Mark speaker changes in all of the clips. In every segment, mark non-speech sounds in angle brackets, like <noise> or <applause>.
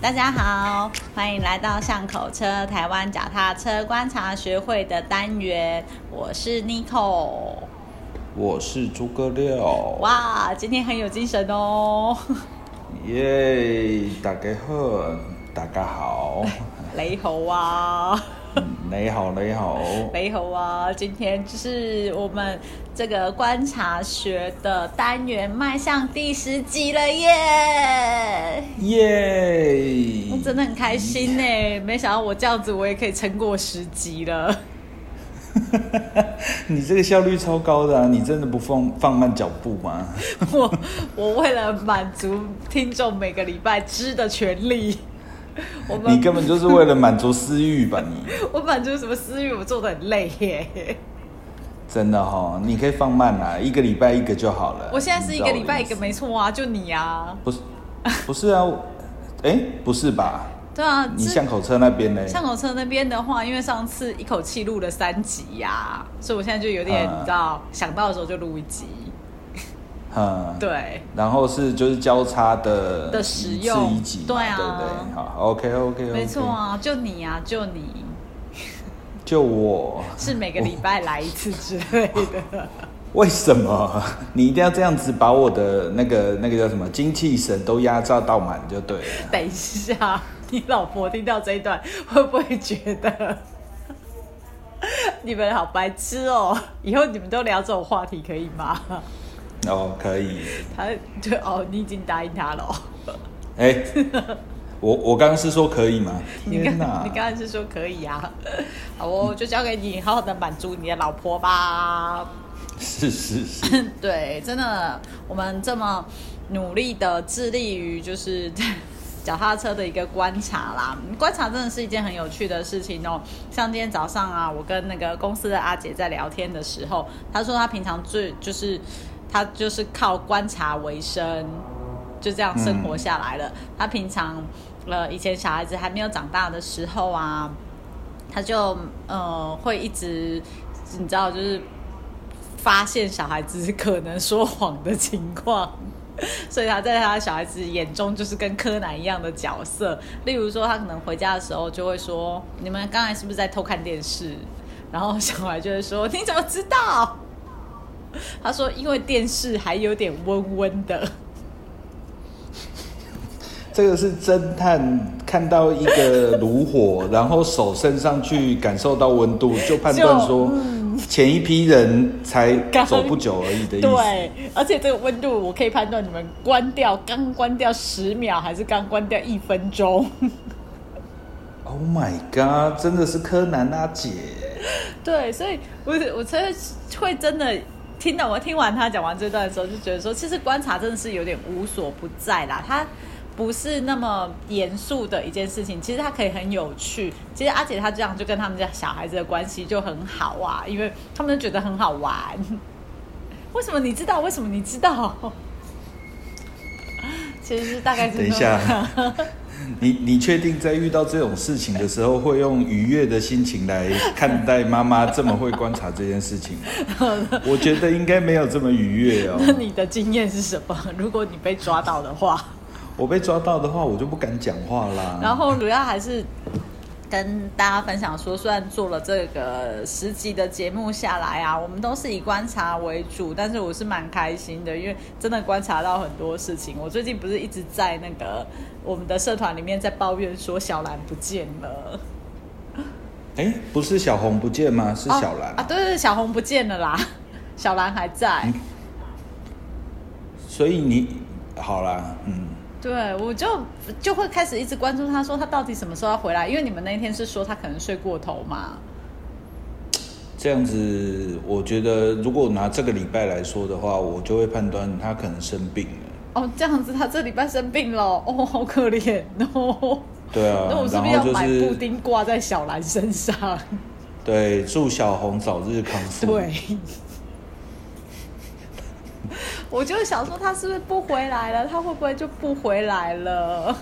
Speaker 1: 大家好，欢迎来到巷口车台湾脚踏车观察学会的单元，我是 n i c o
Speaker 2: 我是诸葛亮，
Speaker 1: 哇，今天很有精神哦， <laughs>
Speaker 2: 耶！大家好，大
Speaker 1: <laughs>
Speaker 2: 家好，
Speaker 1: 雷猴啊！
Speaker 2: 嗯你好，你好，
Speaker 1: 没有啊，今天就是我们这个观察学的单元迈向第十集了耶！
Speaker 2: 耶！
Speaker 1: 我真的很开心呢、没想到我这样子我也可以撑过十集了。
Speaker 2: 你这个效率超高的啊！你真的不放放慢脚步吗？
Speaker 1: <laughs> 我我为了满足听众每个礼拜知的权利， <laughs> 我
Speaker 2: 你
Speaker 1: 们
Speaker 2: 根本就是为了满足私欲吧你？
Speaker 1: 我满足什么私欲，我做的很累 <laughs> 耶、
Speaker 2: 真的哈、哦，你可以放慢啦、一个礼拜一个就好了。
Speaker 1: 我现在是一个礼拜一
Speaker 2: 你知
Speaker 1: 个，
Speaker 2: 道
Speaker 1: 没错啊，就你啊，
Speaker 2: 我的意思，不是，不是啊，哎、不是吧？
Speaker 1: 对啊，
Speaker 2: 你
Speaker 1: 这
Speaker 2: 巷口车那边呢？
Speaker 1: 巷口车那边的话，因为上次一口气录了三集呀、所以我现在就有点、
Speaker 2: 嗯
Speaker 1: 你知道，想到的时候就录一集。
Speaker 2: 嗯，
Speaker 1: 对，
Speaker 2: 然后是就是交叉的
Speaker 1: 的使用
Speaker 2: 一集嘛，
Speaker 1: 对啊
Speaker 2: 对不对？好，OK OK，,
Speaker 1: 没错，啊，就你啊，就你
Speaker 2: 就我，
Speaker 1: 是每
Speaker 2: 哦
Speaker 1: 个礼拜来一次之类的。
Speaker 2: 为什么 <laughs> 你一定要这样子把我的那个那个叫什么精气神都压榨到满就对了？
Speaker 1: 等一下，你老婆听到这一段会不会觉得 <laughs> 你们好白痴哦？以后你们都聊这种话题可以吗？
Speaker 2: 哦，可以，
Speaker 1: 他就哦，你已经答应他了哦。
Speaker 2: 哎、 <laughs> 我我刚刚是说可以吗？
Speaker 1: 你刚
Speaker 2: 天哪
Speaker 1: 你，刚才是说可以啊？好哦，就交给你，好好的满足你的老婆吧。
Speaker 2: 是是是，
Speaker 1: <laughs> 对，真的，我们这么努力的致力于就是 <laughs> 脚踏车的一个观察啦，观察真的是一件很有趣的事情哦。像今天早上啊，我跟那个公司的阿姐在聊天的时候，她说她平常最就是她就是靠观察为生，就这样生活下来了。她平常呃以前小孩子还没有长大的时候啊，她就呃会一直你知道就是发现小孩子可能说谎的情况， <laughs> 所以他在他小孩子眼中就是跟柯南一样的角色。例如说，他可能回家的时候就会说：“你们刚才是不是在偷看电视？”然后小孩就会说：“你怎么知道？” <laughs> 他说：“因为电视还有点温温的。
Speaker 2: 这个是侦探看到一个炉火，然后手伸上去感受到温度，就判断说
Speaker 1: 嗯
Speaker 2: 前一批人才
Speaker 1: 刚
Speaker 2: 走不久而已”的意思。
Speaker 1: 对，而且这个温度我可以判断你们关掉刚关掉十秒还是刚关掉一分钟。
Speaker 2: Oh my god！真的是柯南阿姐，
Speaker 1: 对，所以我我才会会真的听到我听完他讲完这段的时候，就觉得说，其实观察真的是有点无所不在啦。他不是那么严肃的一件事情，其实它可以很有趣。其实阿姐她这样就跟他们家小孩子的关系就很好啊，因为他们都觉得很好玩。 <laughs> 为什么你知道？为什么你知道？ <laughs> 其实是大概是
Speaker 2: <laughs> 等一
Speaker 1: 那
Speaker 2: 下
Speaker 1: 样
Speaker 2: 你你确定在遇到这种事情的时候，会用愉悦的心情来看待妈妈这么会观察这件
Speaker 1: <laughs>
Speaker 2: 事情吗？我觉得应该没有这么愉悦
Speaker 1: 那
Speaker 2: 哦。
Speaker 1: <laughs> 你的经验是什么？如果你被抓到的话。
Speaker 2: 我被抓到的话，我就不敢讲话啦。
Speaker 1: 然后主要还是跟大家分享说，虽然做了这个十集的节目下来啊，我们都是以观察为主，但是我是蛮开心的，因为真的观察到很多事情。我最近不是一直在那个我们的社团里面在抱怨说小兰不见了，
Speaker 2: 哎、不是小红不见吗？是小兰，嗯
Speaker 1: 啊，对对，对小红不见了啦， <laughs> 小兰还在。
Speaker 2: 所以你好啦，嗯，
Speaker 1: 对，我就就会开始一直关注她，说她到底什么时候要回来？因为你们那一天是说她可能睡过头嘛，
Speaker 2: 这样子，我觉得如果拿这个礼拜来说的话，我就会判断她可能生病了。
Speaker 1: 哦，这样子，他这礼拜生病了，哦，好可怜哦。
Speaker 2: 对啊，
Speaker 1: 那我是
Speaker 2: 然
Speaker 1: 不
Speaker 2: 后
Speaker 1: 是要
Speaker 2: 就
Speaker 1: 买
Speaker 2: 是
Speaker 1: 布丁挂在小兰身上？
Speaker 2: 对，祝小红早日康复。
Speaker 1: 对，。 <laughs> 我就想说，他是不是不回来了？他会不会就不回来了？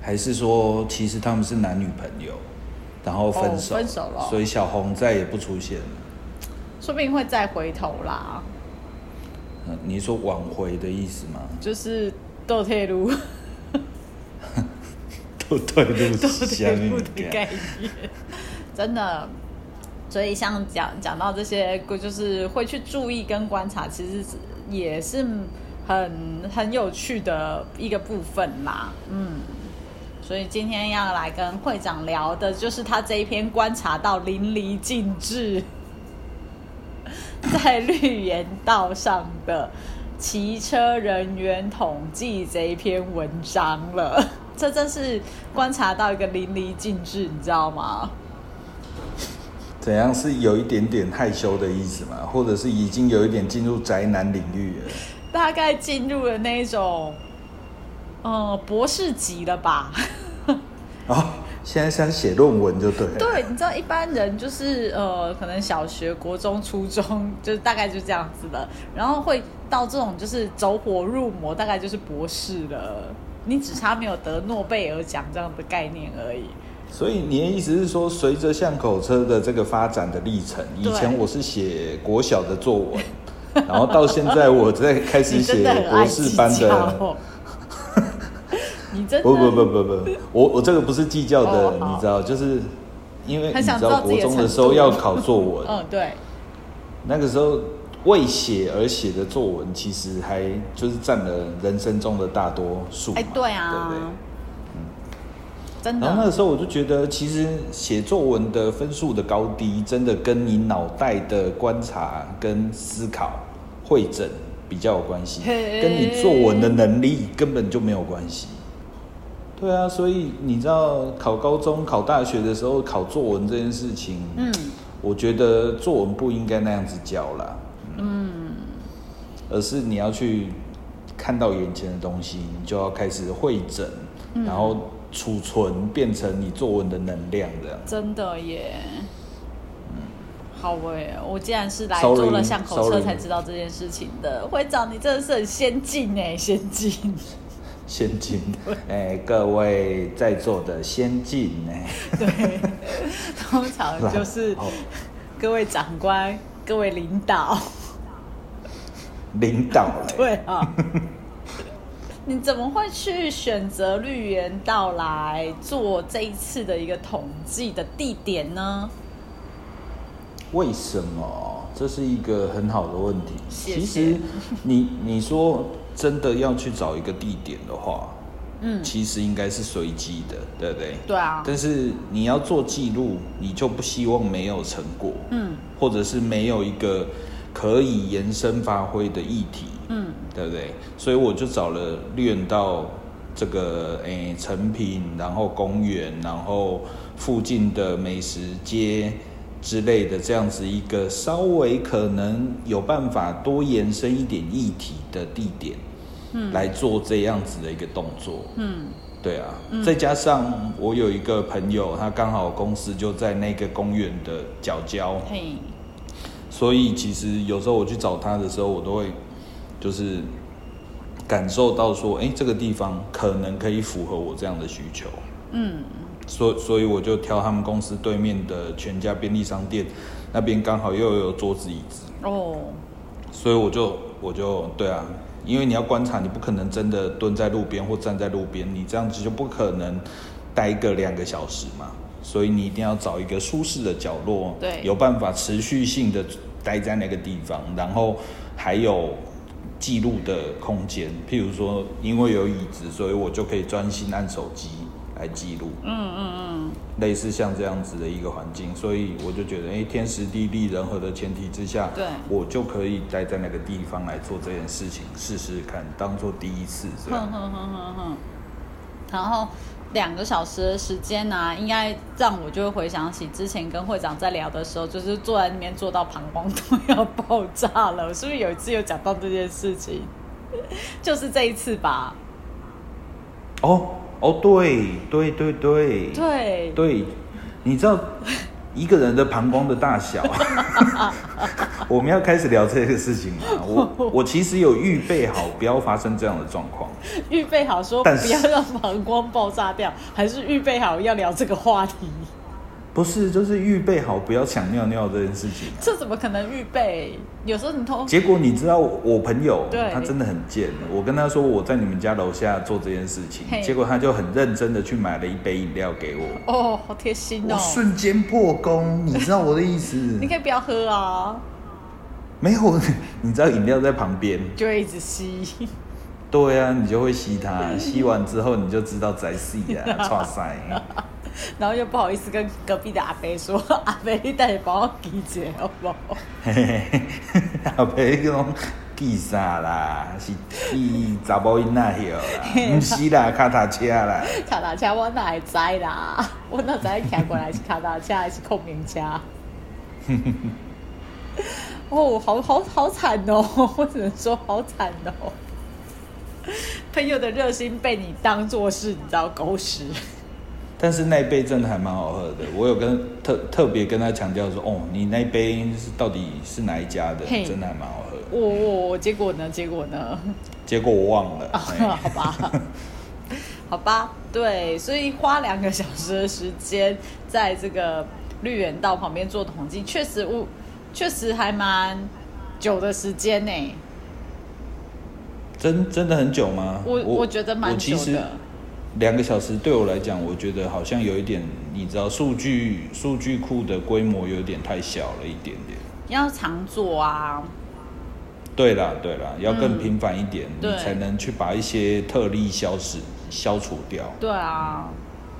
Speaker 2: 还是说其实他们是男女朋友，然后分手，
Speaker 1: 哦分手了
Speaker 2: 所以小红再也不出现了。
Speaker 1: 说不定会再回头啦，
Speaker 2: 呃嗯，你说挽回的意思吗？
Speaker 1: 就是斗退路。
Speaker 2: 斗退路
Speaker 1: 斗
Speaker 2: 是
Speaker 1: 退
Speaker 2: 相
Speaker 1: 路
Speaker 2: 物
Speaker 1: 的概
Speaker 2: 件。
Speaker 1: 念，真的。所以像讲讲到这些，就是会去注意跟观察，其实是也是很很有趣的一个部分啦。嗯，所以今天要来跟会长聊的，就是他这一篇观察到淋漓尽致， <laughs> 在绿园道上的骑车人员统计这一篇文章了。 <laughs> 这真是观察到一个淋漓尽致，你知道吗？
Speaker 2: 怎样是有一点点害羞的意思嘛？或者是已经有一点进入宅男领域了？
Speaker 1: 大概进入了那种，呃，博士级了吧？
Speaker 2: 哦，现在是要写论文就对了。
Speaker 1: 对，你知道一般人就是呃，可能小学、国中、初中， <laughs> 就是大概就这样子了，然后会到这种就是走火入魔，大概就是博士了。你只差没有得诺贝尔奖这样的概念而已。
Speaker 2: 所以你的意思是说，随着巷口车的这个发展的历程，以
Speaker 1: 对
Speaker 2: 前我是写国小的作文，然后到现在我在开始
Speaker 1: 你真
Speaker 2: 写
Speaker 1: 的很
Speaker 2: 博
Speaker 1: 爱
Speaker 2: 士
Speaker 1: 计
Speaker 2: 班的。 <laughs>
Speaker 1: 较。哦你真的
Speaker 2: 哦不不不不不，我我这个不是计较的，
Speaker 1: 哦好
Speaker 2: 你知道，就是因为你
Speaker 1: 很想
Speaker 2: 知
Speaker 1: 知
Speaker 2: 道
Speaker 1: 道自己的
Speaker 2: 国中的
Speaker 1: 程
Speaker 2: 时候
Speaker 1: 度
Speaker 2: 要考作文，
Speaker 1: 嗯，对，
Speaker 2: 那个时候为写而写的作文，其实还就是占了人生中的大多数嘛。
Speaker 1: 哎、对啊，
Speaker 2: 对不对
Speaker 1: 真的。
Speaker 2: 然后那个时候我就觉得，其实写作文的分数的高低，真的跟你脑袋的观察跟思考、会诊比较有关系，
Speaker 1: 嘿
Speaker 2: 跟你作文的能力根本就没有关系。对啊，所以你知道考高中、考大学的时候考作文这件事情，
Speaker 1: 嗯，
Speaker 2: 我觉得作文不应该那样子教啦，嗯，而是你要去看到眼前的东西，你就要开始会诊，
Speaker 1: 嗯
Speaker 2: 然后储存变成你作文的能量，这样。
Speaker 1: 真的耶。好喂、我竟然是来
Speaker 2: Sorry，
Speaker 1: 做了巷口车
Speaker 2: sorry
Speaker 1: 才知道这件事情的。会长，你真的是很先进哎，先进。 <laughs>
Speaker 2: 先进，哎，各位在座的先进哎，
Speaker 1: 对，通常就是
Speaker 2: 好
Speaker 1: 各位长官、各位领导。
Speaker 2: 领导嘞，
Speaker 1: 对啊，你怎么会去选择绿园道来做这一次的一个统计的地点呢？
Speaker 2: 为什么？这是一个很好的问题。
Speaker 1: 谢谢
Speaker 2: 其实你你说真的要去找一个地点的话，
Speaker 1: 嗯，
Speaker 2: 其实应该是随机的，对不对？
Speaker 1: 对啊，
Speaker 2: 但是你要做记录，你就不希望没有成果，
Speaker 1: 嗯
Speaker 2: 或者是没有一个可以延伸发挥的议题，
Speaker 1: 嗯
Speaker 2: 对不对？所以我就找了绿园道这个诶成品，然后公园，然后附近的美食街之类的这样子一个稍微可能有办法多延伸一点议题的地点，嗯，来做这样子的一个动作，
Speaker 1: 嗯，
Speaker 2: 对啊，再加上我有一个朋友，他刚好公司就在那个公园的角角，
Speaker 1: 嘿，
Speaker 2: 所以其实有时候我去找他的时候，我都会就是感受到说，哎、这个地方可能可以符合我这样的需求，
Speaker 1: 嗯
Speaker 2: 所所以我就挑他们公司对面的全家便利商店那边刚好又有桌子椅子，
Speaker 1: 哦，
Speaker 2: 所以我就我就对啊，因为你要观察，你不可能真的蹲在路边或站在路边，你这样子就不可能待个两个小时嘛。所以你一定要找一个舒适的角落，
Speaker 1: 对
Speaker 2: 有办法持续性的待在那个地方，然后还有记录的空间。譬如说，因为有椅子，所以我就可以专心按手机来记录。
Speaker 1: 嗯嗯
Speaker 2: 类似像这样子的一个环境，所以我就觉得，哎、天时地利人和的前提之下，
Speaker 1: 对
Speaker 2: 我就可以待在那个地方来做这件事情，试试看，当做第一次
Speaker 1: 嗯，
Speaker 2: 这样
Speaker 1: 哼。哼哼哼哼，然后。两个小时的时间呢、应该让我就会回想起之前跟会长在聊的时候，就是坐在那边坐到膀胱都要爆炸了。我是不是有一次有讲到这件事情？就是这一次吧。
Speaker 2: 哦哦，对对对对
Speaker 1: 对，
Speaker 2: 对，你知道一个人的膀胱的
Speaker 1: <laughs>
Speaker 2: 大小，我们要开始聊这个事情吗？
Speaker 1: <laughs>
Speaker 2: 我我其实有预备好，不要发生这样的状况。
Speaker 1: 预备好说
Speaker 2: 但
Speaker 1: 不
Speaker 2: 是
Speaker 1: 要让膀胱爆炸掉，还是预备好要聊这个话题？
Speaker 2: 不是，就是预备好不要想尿尿这件事情。
Speaker 1: 这怎么可能预备？有时候你偷
Speaker 2: 结果你知道我我朋友
Speaker 1: 对
Speaker 2: 他真的很贱，我跟他说我在你们家楼下做这件事情
Speaker 1: 嘿，
Speaker 2: 结果他就很认真的去买了一杯饮料给我，
Speaker 1: 哦，好贴心
Speaker 2: 我
Speaker 1: 哦。
Speaker 2: 瞬间破功，你知道我的意思？
Speaker 1: 你可以不要喝啊，
Speaker 2: 没有， <laughs> 你知道饮料在旁边，
Speaker 1: 就会一直吸。 <laughs>
Speaker 2: 对啊，你就会吸
Speaker 1: 嗯
Speaker 2: 它，吸完之后你就知道宅
Speaker 1: <laughs>
Speaker 2: 系啊，哇塞， <laughs>
Speaker 1: 然后又不好意思跟隔壁的阿飞说， <laughs> 阿飞你带你帮我理解好不好？
Speaker 2: 嘿嘿嘿，后尾迄种记啥啦，是记查某囡仔晓啦，毋是啦，脚踏车啦，
Speaker 1: 卡达车我哪会知啦？ <laughs> 我哪知道骑过来是卡达车还是空明车？ <laughs> 哦，好好好惨哦！ <laughs> 我只能说好惨哦。 <laughs> 朋友的热心被你当做是你知道狗屎，
Speaker 2: 但是那一杯真的还蛮好喝的，我有跟特特别跟他强调说，哦，你那一杯是到底是哪一家的，
Speaker 1: 嘿
Speaker 2: 真的还蛮好喝的。
Speaker 1: 我、我哦我结果呢？结果呢？
Speaker 2: 结果我忘 <laughs>
Speaker 1: 哦
Speaker 2: 了，哎
Speaker 1: 好吧， <laughs> 好吧，对，所以花两个小时的时间在这个绿园道旁边做统计，确实我确实还蛮久的时间呢、
Speaker 2: 真真的很久吗？
Speaker 1: 我我觉得蛮
Speaker 2: 我
Speaker 1: 久
Speaker 2: 其实
Speaker 1: 的。
Speaker 2: 两个小时对我来讲，我觉得好像有一点，你知道，数据数据库的规模有点太小了一点点。
Speaker 1: 要常做啊，
Speaker 2: 对啦，对啦，要更
Speaker 1: 嗯
Speaker 2: 频繁一点，
Speaker 1: 对
Speaker 2: 你才能去把一些特例消失、消除掉。
Speaker 1: 对啊，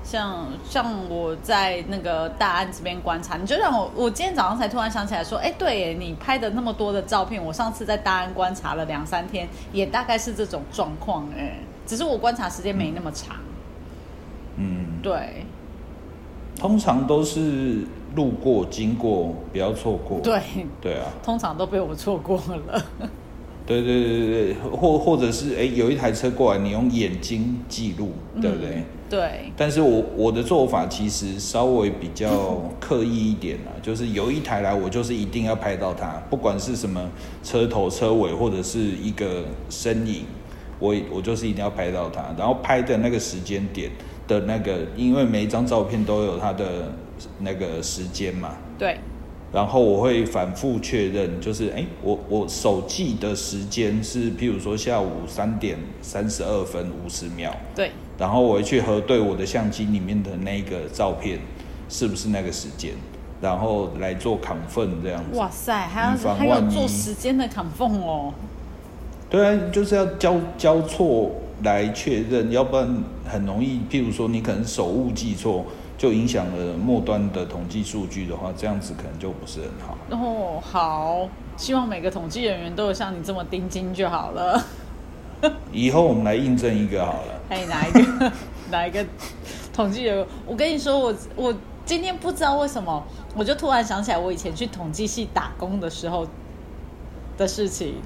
Speaker 1: 像像我在那个大安这边观察，你就让我，我今天早上才突然想起来说，哎，对耶，你拍的那么多的照片，我上次在大安观察了两三天，也大概是这种状况，哎，只是我观察时间没那么长，
Speaker 2: 嗯，
Speaker 1: 对
Speaker 2: 通常都是路过、经过，不要错过。
Speaker 1: 对，
Speaker 2: 对啊，
Speaker 1: 通常都被我错过了，
Speaker 2: 对对对对对，或或者是哎、有一台车过来，你用眼睛记录，对不对？
Speaker 1: 嗯对，
Speaker 2: 但是我我的做法其实稍微比较刻意一点啦，啊就是有一台来，我就是一定要拍到它，不管是什么车头、车尾或者是一个身影，我我就是一定要拍到它。然后拍的那个时间点的那个，因为每一张照片都有它的那个时间嘛，
Speaker 1: 对，
Speaker 2: 然后我会反复确认，就是哎，诶我我手记的时间是，譬如说下午三点三十二分五十秒。
Speaker 1: 对，
Speaker 2: 然后我会去核对我的相机里面的那个照片是不是那个时间，然后来做 confirm 这样子。
Speaker 1: 哇塞，还
Speaker 2: 以
Speaker 1: 有
Speaker 2: 防
Speaker 1: 还有
Speaker 2: 万一
Speaker 1: 做时间的扛缝哦，
Speaker 2: 对啊，就是要交交错来确认，要不然很容易，譬如说你可能手误记错，就影响了末端的统计数据的话，这样子可能就不是很好。
Speaker 1: 哦，好，希望每个统计人员都有像你这么盯紧就好了。
Speaker 2: 以后我们来印证一个好了。
Speaker 1: 哎，哪一个 <laughs> 哪一个统计人？我跟你说，我我今天不知道为什么，我就突然想起来我以前去统计系打工的时候的事情，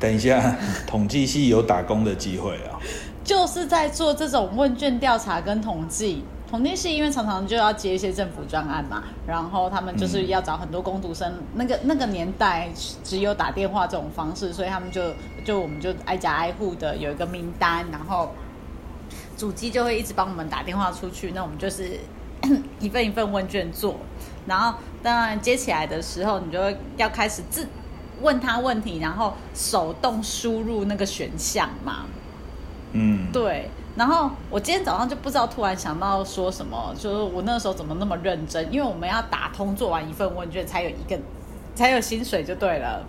Speaker 2: 等一下，统计系有打工的机会啊。
Speaker 1: 就是在做这种问卷调查跟统计。统计系因为常常就要接一些政府专案嘛，然后他们就是要找很多工读生，那个那个年代只有打电话这种方式，所以他们就就我们就挨家挨户的有一个名单，然后主机就会一直帮我们打电话出去，那我们就是 <coughs> 一份一份问卷做，然后当然接起来的时候，你就会要开始自问他问题，然后手动输入那个选项嘛。
Speaker 2: 嗯，
Speaker 1: 对，然后我今天早上就不知道突然想到说什么，就是我那时候怎么那么认真，因为我们要打通做完一份问卷才有一个才有薪水就对了。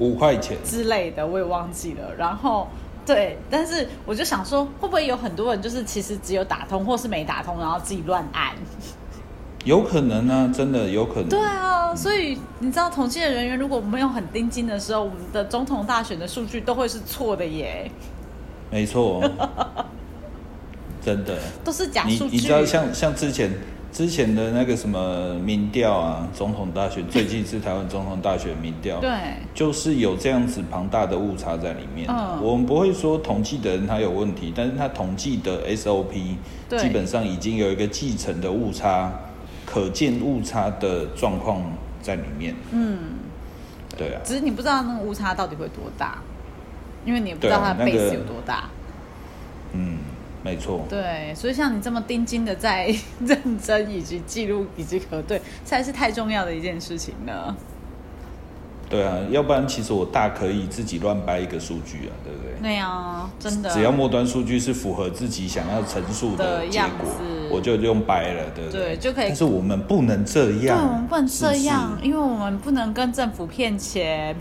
Speaker 2: 五块钱。
Speaker 1: 之类的，我也忘记了。然后对，但是我就想说，会不会有很多人就是其实只有打通或是没打通，然后自己乱按？
Speaker 2: 有可能啊，真的有可能。
Speaker 1: 对啊，所以你知道统计的人员如果没有很盯紧的时候，我们的总统大选的数据都会是错的耶，
Speaker 2: 没错，哦真的。
Speaker 1: 都是假
Speaker 2: 你
Speaker 1: 数据。
Speaker 2: 你知道像像之前之前的那个什么民调啊，总统大选最近是台湾总统大选民调，
Speaker 1: 对，
Speaker 2: 就是有这样子庞大的误差在里面啊、
Speaker 1: 嗯
Speaker 2: 我们不会说统计的人他有问题，但是他统计的 SOP
Speaker 1: 对
Speaker 2: 基本上已经有一个继承的误差，可见误差的状况在里面。嗯，对啊。
Speaker 1: 只是你不知道那个误差到底会多大，因为你也不知道
Speaker 2: 对啊
Speaker 1: 它的
Speaker 2: 那个
Speaker 1: base 有多大。
Speaker 2: 嗯，没错，
Speaker 1: 对，所以像你这么盯紧的在 <laughs> 认真以及记录以及核对，实在是太重要的一件事情了。
Speaker 2: 对啊，要不然其实我大可以自己乱掰一个数据啊，对不对？
Speaker 1: 对啊，真的。
Speaker 2: 只要末端数据是符合自己想要陈述
Speaker 1: 的
Speaker 2: 结
Speaker 1: 样
Speaker 2: 果
Speaker 1: 子，
Speaker 2: 我就用掰了，对不
Speaker 1: 对就可以
Speaker 2: 但是我们不能这
Speaker 1: 对，
Speaker 2: 样，
Speaker 1: 我们不能这样
Speaker 2: 是，不是
Speaker 1: 因为我们不能跟政府骗钱。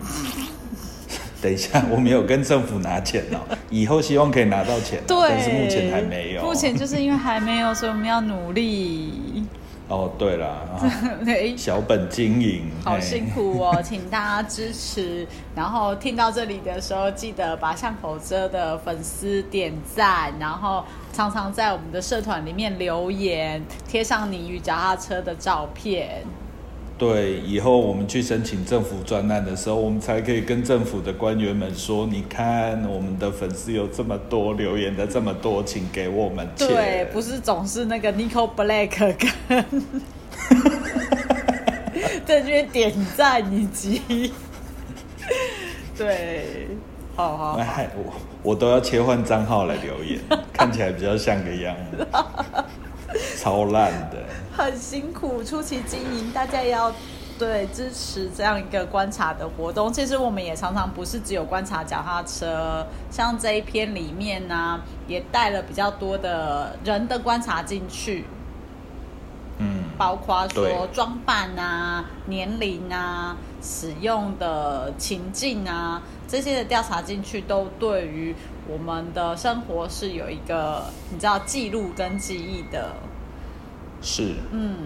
Speaker 2: 等一下，我没有跟政府拿钱
Speaker 1: <laughs>
Speaker 2: 哦，以后希望可以拿到钱哦，
Speaker 1: 对，
Speaker 2: 但是目前还没有。哦
Speaker 1: 目前就是因为还没有，所以我们要努力。 <laughs>
Speaker 2: 哦，对啦，啊
Speaker 1: 哎
Speaker 2: 小本经营，
Speaker 1: 好
Speaker 2: 嘿
Speaker 1: 辛苦哦，请大家支持。然后听到这里的时候，记得把巷口遮的粉丝点赞，然后常常在我们的社团里面留言，贴上你与脚踏车的照片。
Speaker 2: 对，以后我们去申请政府专案的时候，我们才可以跟政府的官员们说：你看，我们的粉丝有这么多，留言的这么多，请给我们钱。
Speaker 1: 对，不是总是那个 Nico Black 跟 <laughs> 在这边点赞以及 <laughs> 对，好好好
Speaker 2: 哎，我我都要切换账号来
Speaker 1: <laughs>
Speaker 2: 留言，看起来比较像个样子，超烂的。
Speaker 1: 很辛苦，初期经营，大家也要对支持这样一个观察的活动。其实我们也常常不是只有观察脚踏车，像这一篇里面呢、也带了比较多的人的观察进去，
Speaker 2: 嗯，
Speaker 1: 包括说
Speaker 2: 对
Speaker 1: 装扮啊、年龄啊、使用的情境啊这些的调查进去，都对于我们的生活是有一个你知道记录跟记忆的。
Speaker 2: 是。
Speaker 1: 嗯，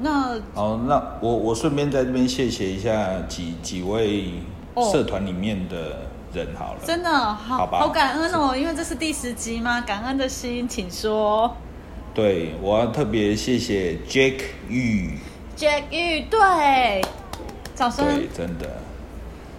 Speaker 1: 那
Speaker 2: 好，那我我顺便在这边谢谢一下几几位
Speaker 1: 哦
Speaker 2: 社团里面的人好了。
Speaker 1: 真的好
Speaker 2: 呃好吧
Speaker 1: 感恩哦，因为这是第十集吗？感恩的心，请说。
Speaker 2: 对，我要特别谢谢 Jack Yu，
Speaker 1: Jack 玉对，掌声
Speaker 2: 对，。真的，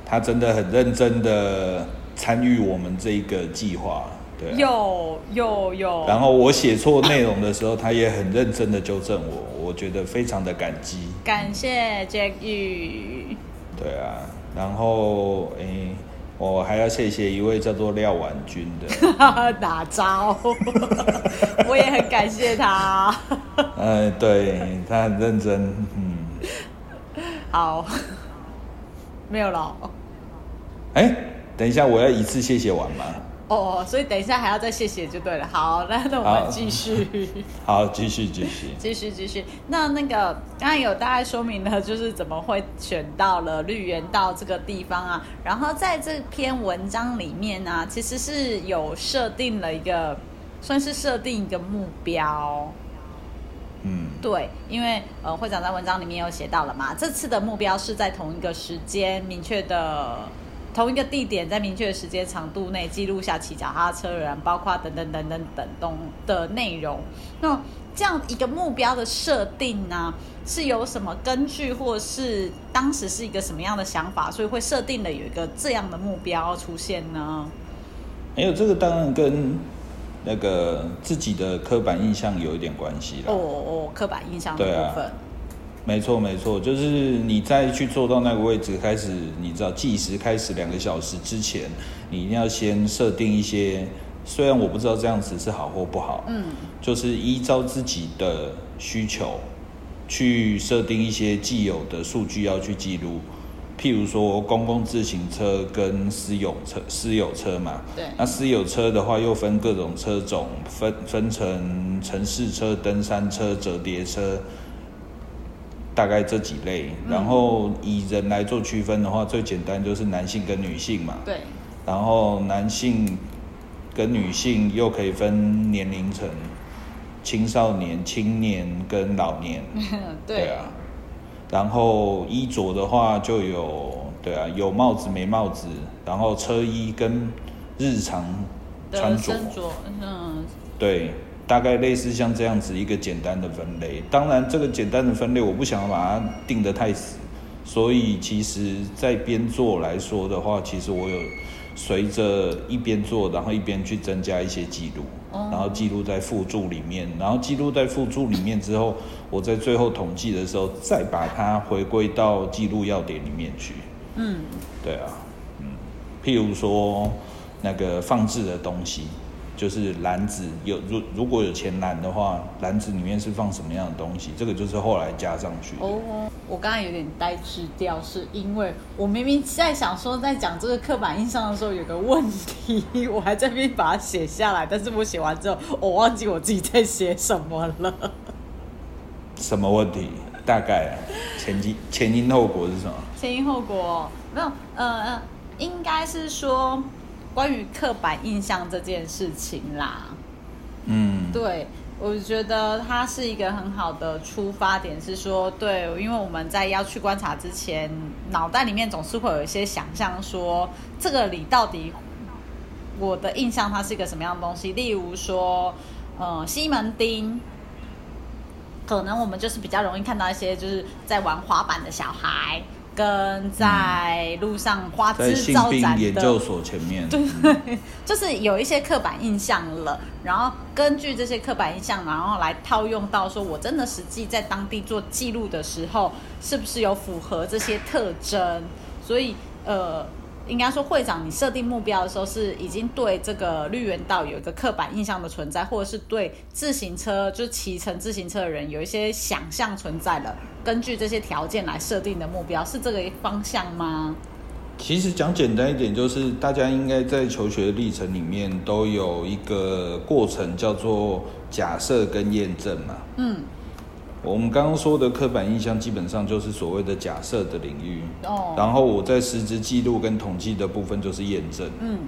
Speaker 2: 他真的很认真的参与我们这一个计划，对啊、
Speaker 1: 有有有，
Speaker 2: 然后我写错内容的时候，他也很认真的纠正我，我觉得非常的感激。
Speaker 1: 感谢 Jack 玉，
Speaker 2: 对啊，然后诶、我还要谢谢一位叫做廖婉君的，
Speaker 1: <laughs> 打招，
Speaker 2: <laughs>
Speaker 1: 我也很感谢他。
Speaker 2: 嗯、对他很认真，嗯。
Speaker 1: 好，没有了哦
Speaker 2: 哎、等一下，我要一次谢谢完吗？
Speaker 1: 哦，所以等一下还要再谢谢就对了。好，那那我
Speaker 2: 好
Speaker 1: 们继续。
Speaker 2: 好，继续继续。
Speaker 1: 继续继续，那那个刚才有大概说明了，就是怎么会选到了绿园道这个地方啊。然后在这篇文章里面呢、其实是有设定了一个，算是设定一个目标。
Speaker 2: 嗯，
Speaker 1: 对，因为呃，会长在文章里面有写到了嘛，这次的目标是在同一个时间、明确的同一个地点，在明确的时间长度内记录下骑脚踏车人，包括等等等等等东的内容。那这样一个目标的设定呢、是有什么根据，或是当时是一个什么样的想法，所以会设定的有一个这样的目标出现呢？
Speaker 2: 没有这个当然跟那个自己的刻板印象有一点关系啦。
Speaker 1: 哦哦，刻板印象的
Speaker 2: 对啊
Speaker 1: 部分，
Speaker 2: 没错没错，就是你再去坐到那个位置开始，你知道计时开始两个小时之前，你一定要先设定一些，虽然我不知道这样子是好或不好，
Speaker 1: 嗯，
Speaker 2: 就是依照自己的需求去设定一些既有的数据要去记录，譬如说公共自行车跟私有车，私有车嘛，
Speaker 1: 对
Speaker 2: 那私有车的话又分各种车种，分分成城市车、登山车、折叠车。大概这几类，然后以人来做区分的话，最简单就是男性跟女性嘛。
Speaker 1: 对，
Speaker 2: 然后男性跟女性又可以分年龄层，青少年、青年跟老年。
Speaker 1: 对
Speaker 2: 啊。然后衣着的话就有，对啊，有帽子没帽子，然后车衣跟日常穿
Speaker 1: 的
Speaker 2: 着，
Speaker 1: 身着，嗯，
Speaker 2: 对，大概类似像这样子一个简单的分类。当然，这个简单的分类我不想要把它定得太死，所以其实，在边做来说的话，其实我有随着一边做，然后一边去增加一些记录，
Speaker 1: 哦
Speaker 2: 然后记录在附注里面，然后记录在附注里面之后，我在最后统计的时候，再把它回归到记录要点里面去。
Speaker 1: 嗯，
Speaker 2: 对啊，嗯，譬如说那个放置的东西，就是篮子有如如果有前篮的话，篮子里面是放什么样的东西，这个就是后来加上去的。
Speaker 1: 哦，我刚才有点呆滞掉，是因为我明明在想说，在讲这个刻板印象的时候有个问题，我还在那边把它写下来，但是我写完之后，我忘记我自己在写什么了。
Speaker 2: 什么问题？大概啊前因前因后果是什么？
Speaker 1: 前因后果没有，呃，呃应该是说关于刻板印象这件事情啦。
Speaker 2: 嗯，
Speaker 1: 对，我觉得它是一个很好的出发点，是说，对，因为我们在要去观察之前，脑袋里面总是会有一些想象说，这个里到底我的印象它是一个什么样的东西？例如说，呃，西门町。可能我们就是比较容易看到一些就是在玩滑板的小孩，跟在路上花
Speaker 2: 嗯在
Speaker 1: 枝
Speaker 2: 性
Speaker 1: 招
Speaker 2: 病
Speaker 1: 展的
Speaker 2: 研究所前面，嗯
Speaker 1: 就是有一些刻板印象了，然后根据这些刻板印象，然后来套用到说我真的实际在当地做记录的时候，是不是有符合这些特征？所以呃，应该说会长你设定目标的时候，是已经对这个绿园道有一个刻板印象的存在，或者是对自行车就骑乘自行车的人有一些想象存在了。根据这些条件来设定的目标，是这个方向吗？
Speaker 2: 其实讲简单一点，就是大家应该在求学历程里面都有一个过程，叫做假设跟验证嘛。
Speaker 1: 嗯，
Speaker 2: 我们刚刚说的刻板印象，基本上就是所谓的假设的领域。
Speaker 1: 哦，
Speaker 2: 然后我在实质记录跟统计的部分就是验证。
Speaker 1: 嗯。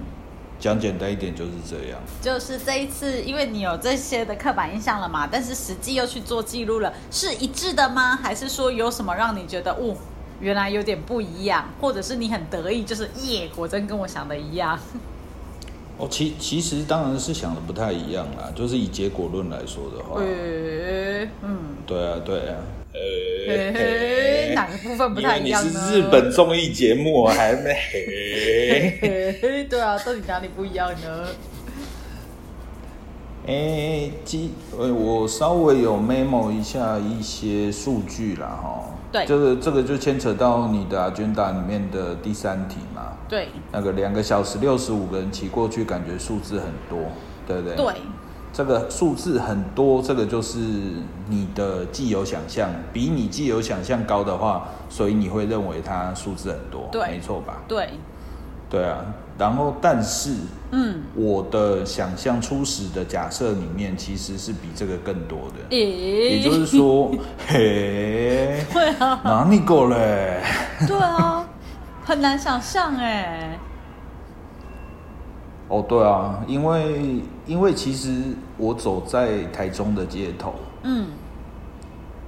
Speaker 2: 讲简单一点就是这样。
Speaker 1: 就是这一次，因为你有这些的刻板印象了嘛，但是实际又去做记录了，是一致的吗？还是说有什么让你觉得，哦，原来有点不一样，或者是你很得意，就是耶，果真跟我想的一样。
Speaker 2: 哦，其其实当然是想的不太一样啦，就是以结果论来说的话，
Speaker 1: 呃，嗯，
Speaker 2: 对啊，对啊。
Speaker 1: 嘿嘿哪个部分不
Speaker 2: 因
Speaker 1: 太
Speaker 2: 为
Speaker 1: 一
Speaker 2: 你
Speaker 1: 样
Speaker 2: 是
Speaker 1: 呢？
Speaker 2: 日本综艺节目，还没。嘿
Speaker 1: 嘿嘿嘿对啊，到底哪里不一样呢？
Speaker 2: 诶，基呃，我稍微有 memo 一下一些数据啦，哈。
Speaker 1: 对
Speaker 2: 这个这个就牵扯到你的 agenda 里面的第三题嘛，
Speaker 1: 对
Speaker 2: 那个两个小时六十五个人骑过去，感觉数字很多，对不对？。
Speaker 1: 对，
Speaker 2: 这个数字很多，这个就是你的既有想象，比你既有想象高的话，所以你会认为它数字很多，
Speaker 1: 对
Speaker 2: 没错吧？
Speaker 1: 对，
Speaker 2: 对啊。然后，但是
Speaker 1: 嗯，
Speaker 2: 我的想象初始的假设里面，其实是比这个更多的。也就
Speaker 1: 咦，
Speaker 2: 是
Speaker 1: <laughs>
Speaker 2: 说，嘿，
Speaker 1: 对啊，
Speaker 2: 哪里够嘞？
Speaker 1: 对啊，很难想象哎，
Speaker 2: 哦，对啊，因为因为其实我走在台中的街头，
Speaker 1: 嗯。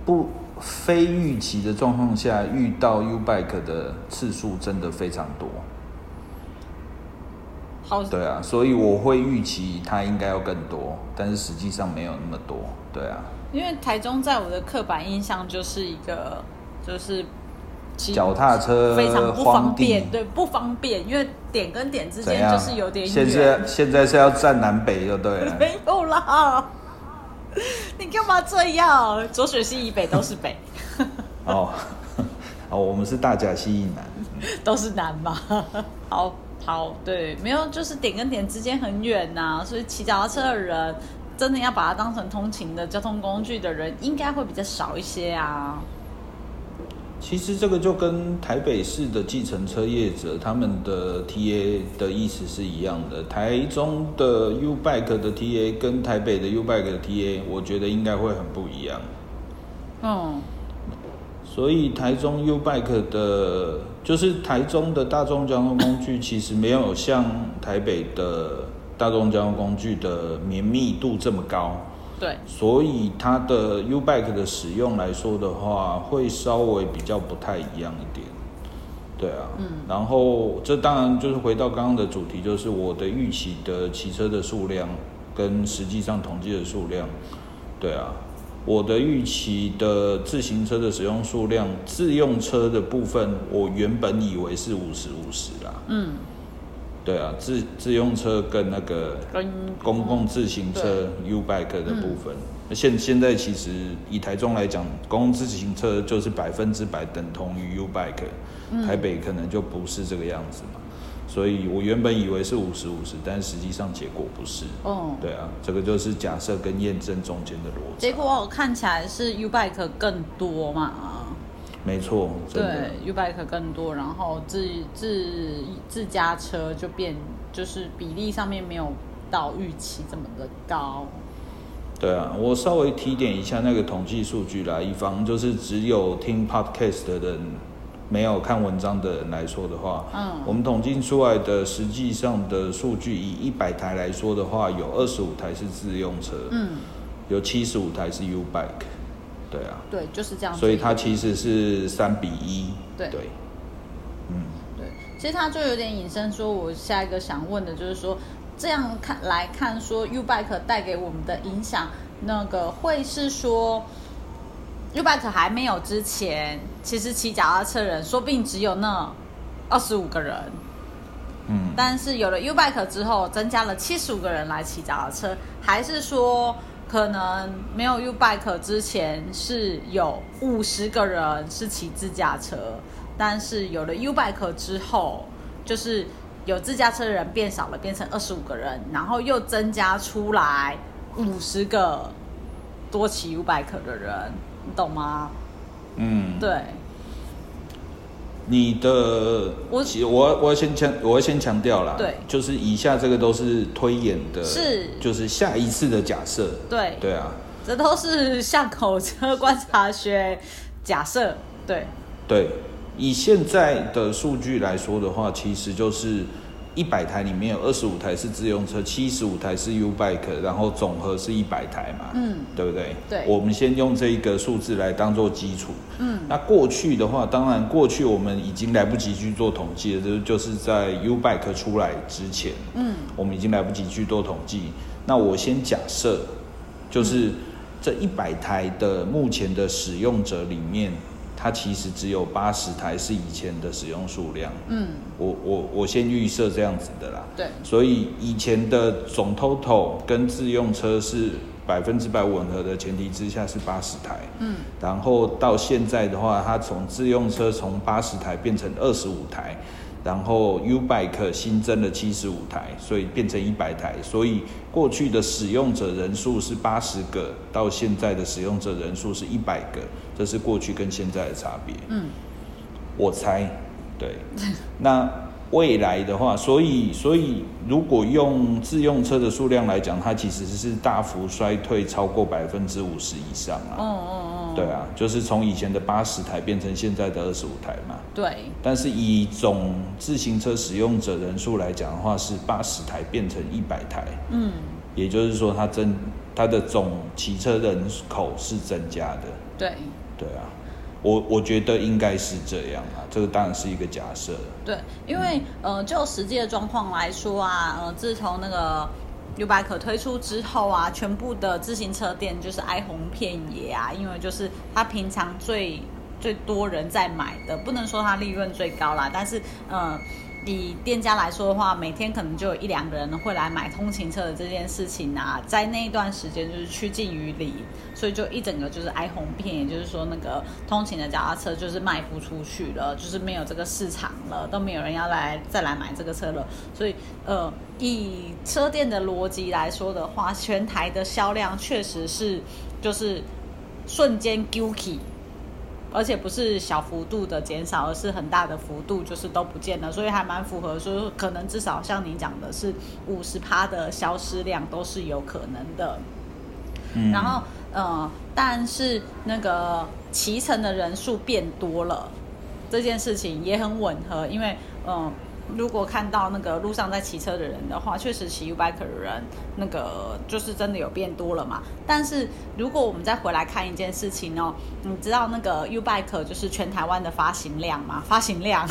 Speaker 2: 不非预期的状况下遇到 U Bike 的次数真的非常多。
Speaker 1: 好，
Speaker 2: 对啊，所以我会预期它应该要更多，但是实际上没有那么多。对啊，
Speaker 1: 因为台中在我的刻板印象就是一个就是骑
Speaker 2: 脚踏车
Speaker 1: 非常不
Speaker 2: 荒
Speaker 1: 方
Speaker 2: 地
Speaker 1: 便，对，不方便，因为点跟点之
Speaker 2: 怎
Speaker 1: 间
Speaker 2: 样？
Speaker 1: 就是有点
Speaker 2: 现
Speaker 1: 远， <laughs>
Speaker 2: 在现在是要站南北就对了。
Speaker 1: 没有啦。 <laughs> 你干嘛这样？左水西以北都是北， <laughs>
Speaker 2: 哦， <laughs> 哦，我们是大甲西以南。
Speaker 1: 都是南嘛。 <laughs> 好好，对，没有，就是点跟点之间很远呐、所以骑脚踏车的人真的要把它当成通勤的交通工具的人，应该会比较少一些啊。
Speaker 2: 其实这个就跟台北市的计程车业者他们的 TA 的意思是一样的。台中的 U Bike 的 TA 跟台北的 U Bike 的 TA，我觉得应该会很不一样。
Speaker 1: 嗯，
Speaker 2: 所以台中 U Bike 的，就是台中的大众交通工具，其实没有像台北的大众交通工具的绵密度这么高。
Speaker 1: 对，
Speaker 2: 所以它的 U bike 的使用来说的话，会稍微比较不太一样一点。对啊，嗯，然后这当然就是回到刚刚的主题，就是我的预期的骑车的数量跟实际上统计的数量，对啊，我的预期的自行车的使用数量，自用车的部分，我原本以为是五十五十啦，
Speaker 1: 嗯，
Speaker 2: 对啊，自自用车跟那个
Speaker 1: 跟
Speaker 2: 公共自行车 U bike 的部分。现现在其实以台中来讲，公共自行车就是百分之百等同于 U bike，、台北可能就不是这个样子嘛。所以我原本以为是五十五十，但实际上结果不是。
Speaker 1: 哦，
Speaker 2: 对啊，这个就是假设跟验证中间的逻辑。
Speaker 1: 结果看起来是 U Bike 更多嘛？
Speaker 2: 没错，真的
Speaker 1: 对，U Bike 更多，然后自自自家车就变，就是比例上面没有到预期这么的高。
Speaker 2: 对啊，我稍微提点一下那个统计数据啦，以防就是只有听 podcast 的人没有看文章的人来说的话，
Speaker 1: 嗯
Speaker 2: 我们统计出来的实际上的数据，以一百台来说的话，有二十五台是自用车，
Speaker 1: 嗯，
Speaker 2: 有七十五台是 U Bike，对啊，
Speaker 1: 对，就是这样子。
Speaker 2: 所以它其实是三比一，
Speaker 1: 嗯对
Speaker 2: 对，嗯，
Speaker 1: 对，其实它就有点引申说，我下一个想问的就是说，这样看来看说 U Bike 带给我们的影响，那个会是说 U Bike 还没有之前，其实骑脚踏车人说不定只有那二十五个人，
Speaker 2: 嗯。
Speaker 1: 但是有了 U Bike 之后，增加了七十五个人来骑脚踏车，还是说可能没有 U Bike 之前是有五十个人是骑自驾车，但是有了 U Bike 之后，就是有自驾车的人变少了，变成二十五个人，然后又增加出来五十个多骑 U Bike 的人，你懂吗？
Speaker 2: 嗯
Speaker 1: 对，
Speaker 2: 你的
Speaker 1: 我
Speaker 2: 其我要我要先强我要先强调啦，
Speaker 1: 对
Speaker 2: 就是以下这个都是推演的，
Speaker 1: 是
Speaker 2: 就是下一次的假设，
Speaker 1: 对，
Speaker 2: 对啊，
Speaker 1: 这都是巷口车观察学假设，对，
Speaker 2: 对，以现在的数据来说的话，其实就是一百台里面有二十五台是自用车，七十五台是 U Bike，然后总和是一百台嘛，
Speaker 1: 嗯。
Speaker 2: 对不对？
Speaker 1: 对
Speaker 2: 我们先用这一个数字来当做基础。
Speaker 1: 嗯，
Speaker 2: 那过去的话，当然过去我们已经来不及去做统计了，就是就是在 U Bike 出来之前，
Speaker 1: 嗯，
Speaker 2: 我们已经来不及去做统计。那我先假设，就是这一百台的目前的使用者里面，它其实只有八十台是以前的使用数量。
Speaker 1: 嗯，
Speaker 2: 我我我先预设这样子的啦。
Speaker 1: 对，
Speaker 2: 所以以前的总 total 跟自用车是百分之百吻合的前提之下是八十台，
Speaker 1: 嗯，
Speaker 2: 然后到现在的话，它从自用车从八十台变成二十五台，然后 U Bike 新增了七十五台，所以变成一百台，所以过去的使用者人数是八十个，到现在的使用者人数是一百个，这是过去跟现在的差别。
Speaker 1: 嗯，
Speaker 2: 我猜，对。 <laughs> 那未来的话，所以所以如果用自用车的数量来讲，它其实是大幅衰退超过百分之五十以上
Speaker 1: 哦
Speaker 2: 啊。
Speaker 1: 哦哦，
Speaker 2: 对啊，就是从以前的八十台变成现在的二十五台嘛。
Speaker 1: 对，
Speaker 2: 但是以总自行车使用者人数来讲的话，是八十台变成一百台，
Speaker 1: 嗯，
Speaker 2: 也就是说它增它的总骑车人口是增加的。
Speaker 1: 对
Speaker 2: 对啊，我我觉得应该是这样啊，这个当然是一个假设。
Speaker 1: 对，因为呃，就实际的状况来说啊，呃，自从那个。U Bike 推出之后啊，全部的自行车店就是哀鸿遍野啊，因为就是它平常最最多人在买的，不能说它利润最高啦，但是呃，以店家来说的话，每天可能就有一两个人会来买通勤车的这件事情啊，在那一段时间就是趋近于零，所以就一整个就是哀鸿遍野，也就是说那个通勤的脚踏车就是卖不出去了，就是没有这个市场了，都没有人要来再来买这个车了，所以呃，以车店的逻辑来说的话，全台的销量确实是就是瞬间 g u c y 而且不是小幅度的减少，而是很大的幅度，就是都不见了，所以还蛮符合说，可能至少像你讲的是五十趴的消失量都是有可能的。
Speaker 2: 嗯
Speaker 1: 然后呃，但是那个骑乘的人数变多了，这件事情也很吻合，因为嗯、呃如果看到那个路上在骑车的人的话，确实骑 U bike 的人那个就是真的有变多了嘛。但是如果我们再回来看一件事情哦，你知道那个 U bike 就是全台湾的发行量吗？发行量。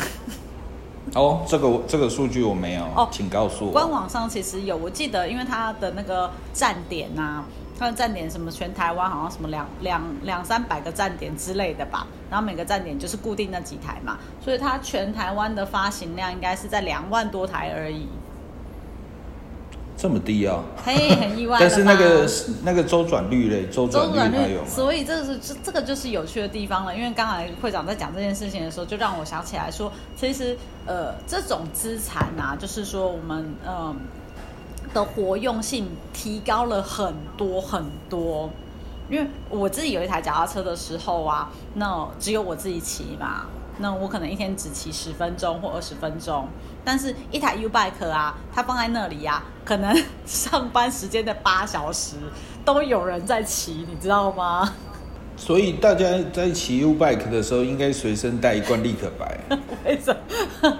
Speaker 2: 哦，这个我这个数据我没有，
Speaker 1: 哦
Speaker 2: 请告诉我。
Speaker 1: 官网上其实有，我记得因为它的那个站点呐、它的站点什么全台湾好像什么两两两三百个站点之类的吧，然后每个站点就是固定那几台嘛，所以它全台湾的发行量应该是在两万多台而已。
Speaker 2: 这么低啊？
Speaker 1: 嘿，很意外了吧。
Speaker 2: 但是那个那个周转率嘞，周转
Speaker 1: 周
Speaker 2: 率
Speaker 1: 转
Speaker 2: 还
Speaker 1: 率
Speaker 2: 有，吗？
Speaker 1: 所以这是这这个就是有趣的地方了。因为刚才会长在讲这件事情的时候，就让我想起来说，其实呃，这种资产啊，就是说我们嗯、的活用性提高了很多很多。因为我自己有一台脚踏车的时候啊，那只有我自己骑嘛，那我可能一天只骑十分钟或二十分钟。但是一台 U bike 啊，它放在那里啊，可能上班时间的八小时都有人在骑，你知道吗？ <laughs>
Speaker 2: 所以大家在骑 U bike 的时候，应该随身带一罐立可白， <laughs>
Speaker 1: 为什么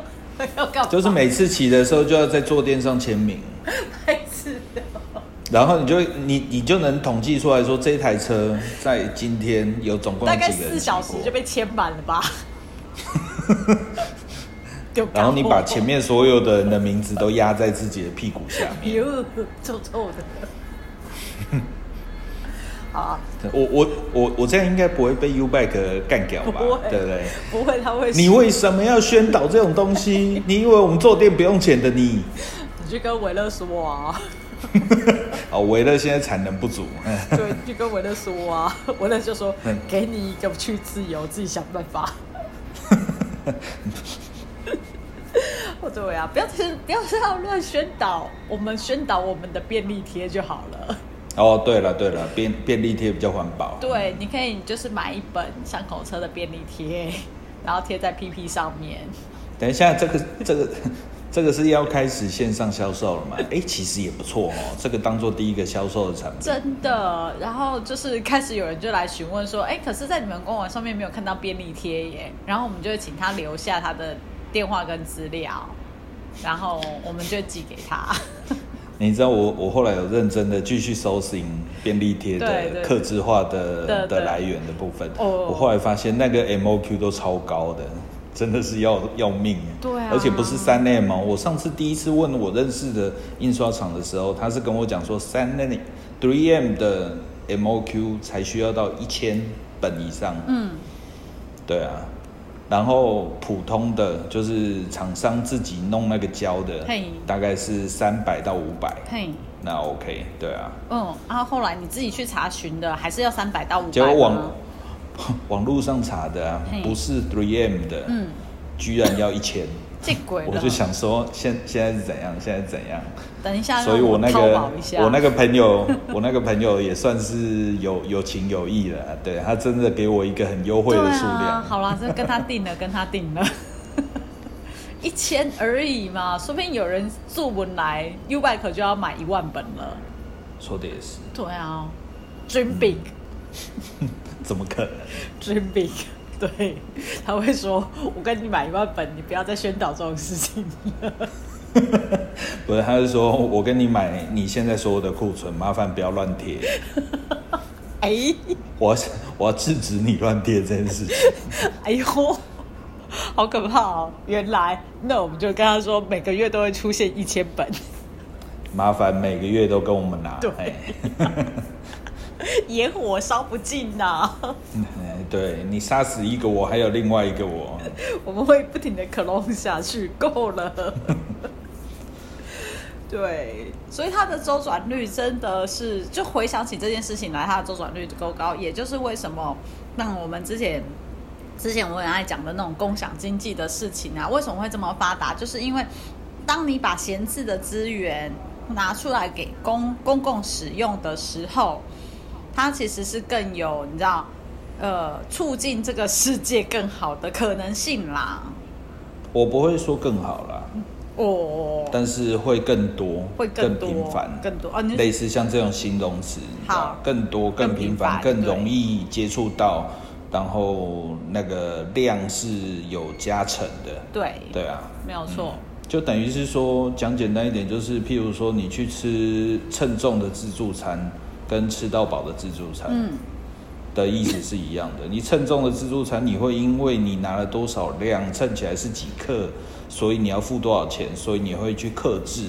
Speaker 1: 要干嘛？
Speaker 2: 就是每次骑的时候就要在坐垫上签名，
Speaker 1: 白痴的。
Speaker 2: 然后你就你你就能统计出来说这台车在今天有总共有
Speaker 1: 大
Speaker 2: 几
Speaker 1: 概
Speaker 2: 个人
Speaker 1: 四
Speaker 2: 骑
Speaker 1: 小时
Speaker 2: 过
Speaker 1: 就被签满了吧。丢
Speaker 2: 然后你把
Speaker 1: 干货
Speaker 2: 前面所有的人的名字都压在自己的屁股下面。
Speaker 1: <laughs> 哟，臭臭的。 <laughs> 好啊，
Speaker 2: 我我我我这样应该不会被 U Bike 干掉吧
Speaker 1: 不会？
Speaker 2: 对不对？
Speaker 1: <laughs> 不会，他会
Speaker 2: 你
Speaker 1: 说
Speaker 2: 为什么要宣导这种
Speaker 1: <laughs>
Speaker 2: 东西？你以为我们坐垫不用钱的你？
Speaker 1: 你去跟维勒说
Speaker 2: <laughs>
Speaker 1: 啊，
Speaker 2: 哦，维乐现在产能不足，嗯
Speaker 1: 对，去跟维勒说啊， <laughs> 维勒就说
Speaker 2: 嗯
Speaker 1: 给你一个去自由，自己想办
Speaker 2: <laughs>
Speaker 1: 法。哦，对啊，不要不要这样乱宣导，我们宣导我们的便利贴就好了。
Speaker 2: 哦，对了对了，便便利贴比较环保。
Speaker 1: 对，你可以就是买一本巷口车的便利贴，然后贴在 PP 上面。
Speaker 2: 等一下，这个这个这个是要开始线上销售了嘛？哎，其实也不错哦，这个当做第一个销售的产品。
Speaker 1: 真的，然后就是开始有人就来询问说，哎，可是，在你们官网上面没有看到便利贴耶，然后我们就会请他留下他的电话跟资料，然后我们就会寄给他。
Speaker 2: 你知道我我后来有认真的继续搜寻便利贴
Speaker 1: 对对
Speaker 2: 的客制化的
Speaker 1: 对对
Speaker 2: 的来源的部分，
Speaker 1: 哦
Speaker 2: 我后来发现那个 MOQ 都超高的，真的是要要命。
Speaker 1: 对啊
Speaker 2: 而且不是三 M 哦，我上次第一次问我认识的印刷厂的时候，他是跟我讲说三 M、three M 的 MOQ 才需要到一千本以上。
Speaker 1: 嗯，
Speaker 2: 对啊，然后普通的就是厂商自己弄那个胶的
Speaker 1: 嘿，
Speaker 2: 大概是三百到五百。
Speaker 1: 嘿，
Speaker 2: 那 OK，对啊。
Speaker 1: 嗯，然后后来你自己去查询的，还是要三百到五
Speaker 2: 结果
Speaker 1: 百
Speaker 2: 网 <laughs>
Speaker 1: 吗？
Speaker 2: 网络上查的啊
Speaker 1: 嘿，
Speaker 2: 不是 3M 的，
Speaker 1: 嗯，
Speaker 2: 居然要一千，
Speaker 1: 见鬼
Speaker 2: 我
Speaker 1: 了！
Speaker 2: 就想说现现在是怎样，现在是怎样，
Speaker 1: 等一下，
Speaker 2: 所以我那
Speaker 1: 淘
Speaker 2: 个
Speaker 1: 宝一下，
Speaker 2: <laughs> 我那个朋友，我那个朋友也算是有有情有义了啊，对他真的给我一个很优惠
Speaker 1: 对
Speaker 2: 的数
Speaker 1: 啊
Speaker 2: 量，，
Speaker 1: 好啦，这跟他定了，跟他定了， <laughs> 一千而已嘛，说不定有人做文来 U bike 就要买一万本了。
Speaker 2: 说的也是， <laughs>
Speaker 1: 对啊，dream big，dream
Speaker 2: 怎么可能？
Speaker 1: big，对， <laughs> 他会说，我跟你买一万本，你不要再宣导这种事情 <laughs> 了。
Speaker 2: 不是，他是说我跟你买你现在所有的库存，麻烦不要乱贴， <laughs>
Speaker 1: 哎，
Speaker 2: 我要我要制止你乱贴这件事情。
Speaker 1: 哎呦，好可怕哦！原来，那我们就跟他说，每个月都会出现一千本， <laughs>
Speaker 2: 麻烦每个月都跟我们拿。
Speaker 1: 对
Speaker 2: 哎
Speaker 1: 野火烧不尽呐、
Speaker 2: 嗯哎对你杀死一个我，还有另外一个我。
Speaker 1: 我们会不停的克隆下去，够了。 <laughs> 对，所以它的周转率真的是，就回想起这件事情来，它的周转率够高，也就是为什么让我们之前之前我很爱讲的那种共享经济的事情啊，为什么会这么发达？就是因为当你把闲置的资源拿出来给公公共使用的时候，它其实是更有你知道，呃，促进这个世界更好的可能性啦。
Speaker 2: 我不会说更好啦，
Speaker 1: 哦，
Speaker 2: 但是会更多，
Speaker 1: 嗯会更
Speaker 2: 更
Speaker 1: 多
Speaker 2: 频繁，嗯
Speaker 1: 更多哦你
Speaker 2: 类似像这种形容词，你知道
Speaker 1: 好
Speaker 2: 更多、
Speaker 1: 更
Speaker 2: 更频繁、
Speaker 1: 频繁
Speaker 2: 更容易接触到，然后那个量是有加成的，
Speaker 1: 对，
Speaker 2: 对啊。
Speaker 1: 没有错。
Speaker 2: 就等于是说，讲简单一点，就是譬如说，你去吃称重的自助餐，跟吃到饱的自助餐，
Speaker 1: 嗯，
Speaker 2: 的意思是一样的。你称重的自助餐，你会因为你拿了多少量，称起来是几克，所以你要付多少钱，所以你会去克制，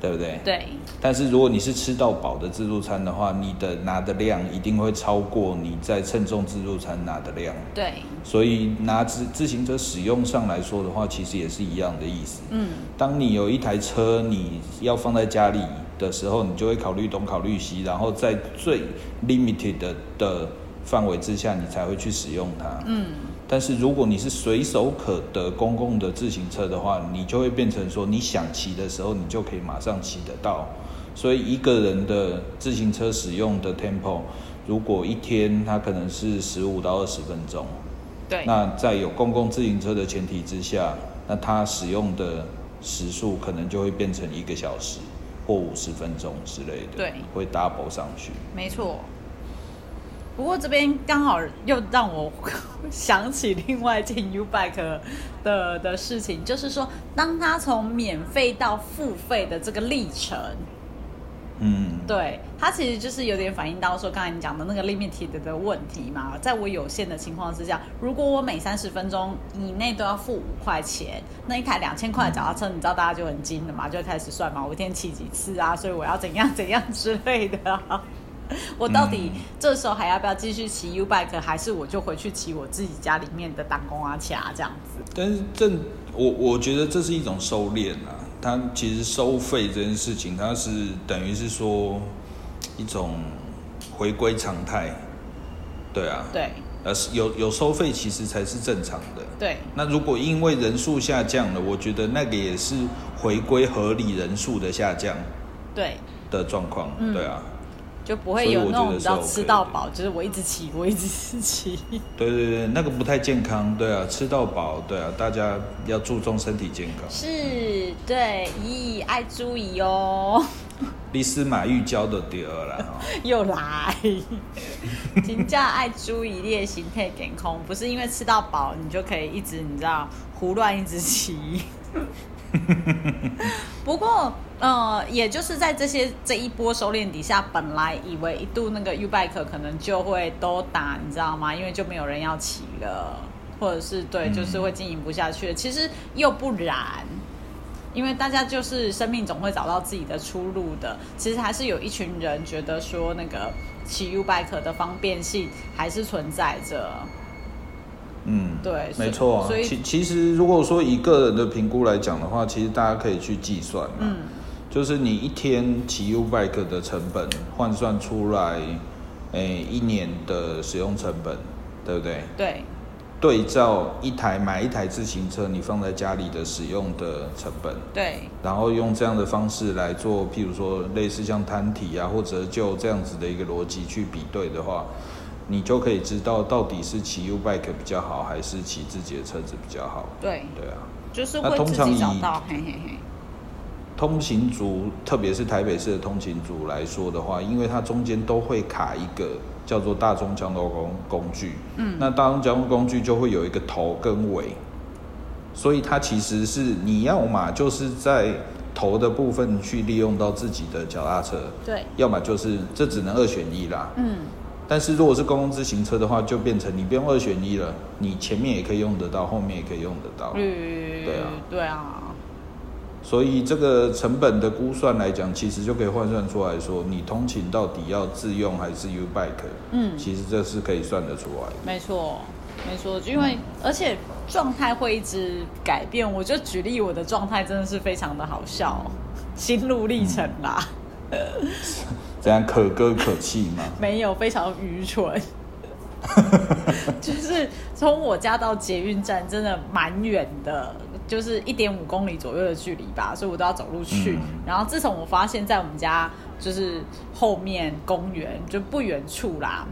Speaker 2: 对不对？
Speaker 1: 对，
Speaker 2: 但是如果你是吃到饱的自助餐的话，你的拿的量一定会超过你在称重自助餐拿的量。
Speaker 1: 对，
Speaker 2: 所以拿自自行车使用上来说的话，其实也是一样的意思。
Speaker 1: 嗯，
Speaker 2: 当你有一台车，你要放在家里，的时候，你就会考虑东考虑西，然后在最 limited 的的范围之下，你才会去使用它。嗯。但是如果你是随手可得公共的自行车的话，你就会变成说，你想骑的时候，你就可以马上骑得到。所以一个人的自行车使用的 tempo，如果一天它可能是十五到二十分钟，
Speaker 1: 对，
Speaker 2: 那在有公共自行车的前提之下，那它使用的时速可能就会变成一个小时或五十分钟之类的，
Speaker 1: 对
Speaker 2: 会 double 上去。
Speaker 1: 没错。不过这边刚好又让我 <laughs> 想起另外一件 U Bike 的的事情，就是说，当它从免费到付费的这个历程，
Speaker 2: 嗯，
Speaker 1: 对它其实就是有点反映到说刚才你讲的那个 limited 的问题嘛。在我有限的情况之下，如果我每三十分钟以内都要付五块钱，那一台两千块的脚踏车，你知道大家就很惊了嘛，就会开始算嘛，我一天骑几次啊，所以我要怎样怎样之类的 <laughs> 啊、我到底这时候还要不要继续骑 U bike，还是我就回去骑我自己家里面的挡工阿卡这样子？
Speaker 2: 但是这我我觉得这是一种收敛啊。它其实收费这件事情，它是等于是说一种回归常态，对啊，
Speaker 1: 对
Speaker 2: 呃，是有有收费其实才是正常的。
Speaker 1: 对，
Speaker 2: 那如果因为人数下降了，我觉得那个也是回归合理人数的下降
Speaker 1: 对，
Speaker 2: 的状况，
Speaker 1: 嗯
Speaker 2: 对啊，
Speaker 1: 就不会
Speaker 2: 所以
Speaker 1: 有
Speaker 2: 我
Speaker 1: 那
Speaker 2: 觉
Speaker 1: 种
Speaker 2: 得
Speaker 1: 你知道
Speaker 2: 是 OK
Speaker 1: 吃到饱，就是我一直骑，我一直骑。
Speaker 2: 对对对，那个不太健康，对啊，吃到饱，对啊，大家要注重身体健
Speaker 1: <laughs>
Speaker 2: 康。
Speaker 1: 是，对，咦，爱注意哦， <laughs>
Speaker 2: 李司马玉教的第二啦，哦
Speaker 1: 又来，请假爱注意练形态健康，不是因为吃到饱你就可以一直你知道胡乱一直骑。不过，呃，也就是在这些这一波收敛底下，本来以为一度那个 U Bike 可能就会都打，你知道吗？因为就没有人要骑了，或者是对，
Speaker 2: 嗯
Speaker 1: 就是会经营不下去了。其实又不然，因为大家就是生命总会找到自己的出路的。其实还是有一群人觉得说，那个骑 U Bike 的方便性还是存在着。
Speaker 2: 嗯，
Speaker 1: 对所以
Speaker 2: 没错、啊
Speaker 1: 所。以
Speaker 2: 其其实如果说以个人的评估来讲的话，其实大家可以去计算嘛，
Speaker 1: 嗯，
Speaker 2: 就是你一天骑 U bike 的成本换算出来，诶、一年的使用成本，对不对？
Speaker 1: 对，
Speaker 2: 对照一台买一台自行车，你放在家里的使用的成本，
Speaker 1: 对，
Speaker 2: 然后用这样的方式来做，譬如说类似像摊体啊或折旧这样子的一个逻辑去比对的话，你就可以知道到底是骑 U bike 比较好，还是骑自己的车子比较好。
Speaker 1: 对，
Speaker 2: 对啊，
Speaker 1: 就是
Speaker 2: 那
Speaker 1: 会
Speaker 2: 通
Speaker 1: 自
Speaker 2: 常
Speaker 1: 己找
Speaker 2: 以
Speaker 1: 到，嘿嘿嘿。
Speaker 2: 通勤族，特别是台北市的通勤族来说的话，因为它中间都会卡一个叫做大众交通工工具，嗯，那大众交通工具就会有一个头跟尾，所以它其实是你要嘛就是在头的部分去利用到自己的脚踏车，
Speaker 1: 对，
Speaker 2: 要么就是这只能二选一啦，
Speaker 1: 嗯，
Speaker 2: 但是如果是公共自行车的话，就变成你不用二选一了，你前面也可以用得到，后面也可以用得到，
Speaker 1: 嗯，
Speaker 2: 对啊
Speaker 1: 对啊，
Speaker 2: 所以这个成本的估算来讲，其实就可以换算出来说，你通勤到底要自用还是 U bike？
Speaker 1: 嗯
Speaker 2: 其实这是可以算得出来的。
Speaker 1: 没错，没错，就因为而且状态会一直改变。我就举例我的状态真的是非常的好笑哦、心路历程啦，
Speaker 2: 怎样可歌可泣嘛？
Speaker 1: 没有非常愚蠢。就是从我家到捷运站真的蛮远的，就是一点五公里左右的距离吧，所以我都要走路去。
Speaker 2: 嗯
Speaker 1: 然后自从我发现，在我们家就是后面公园就不远处啦，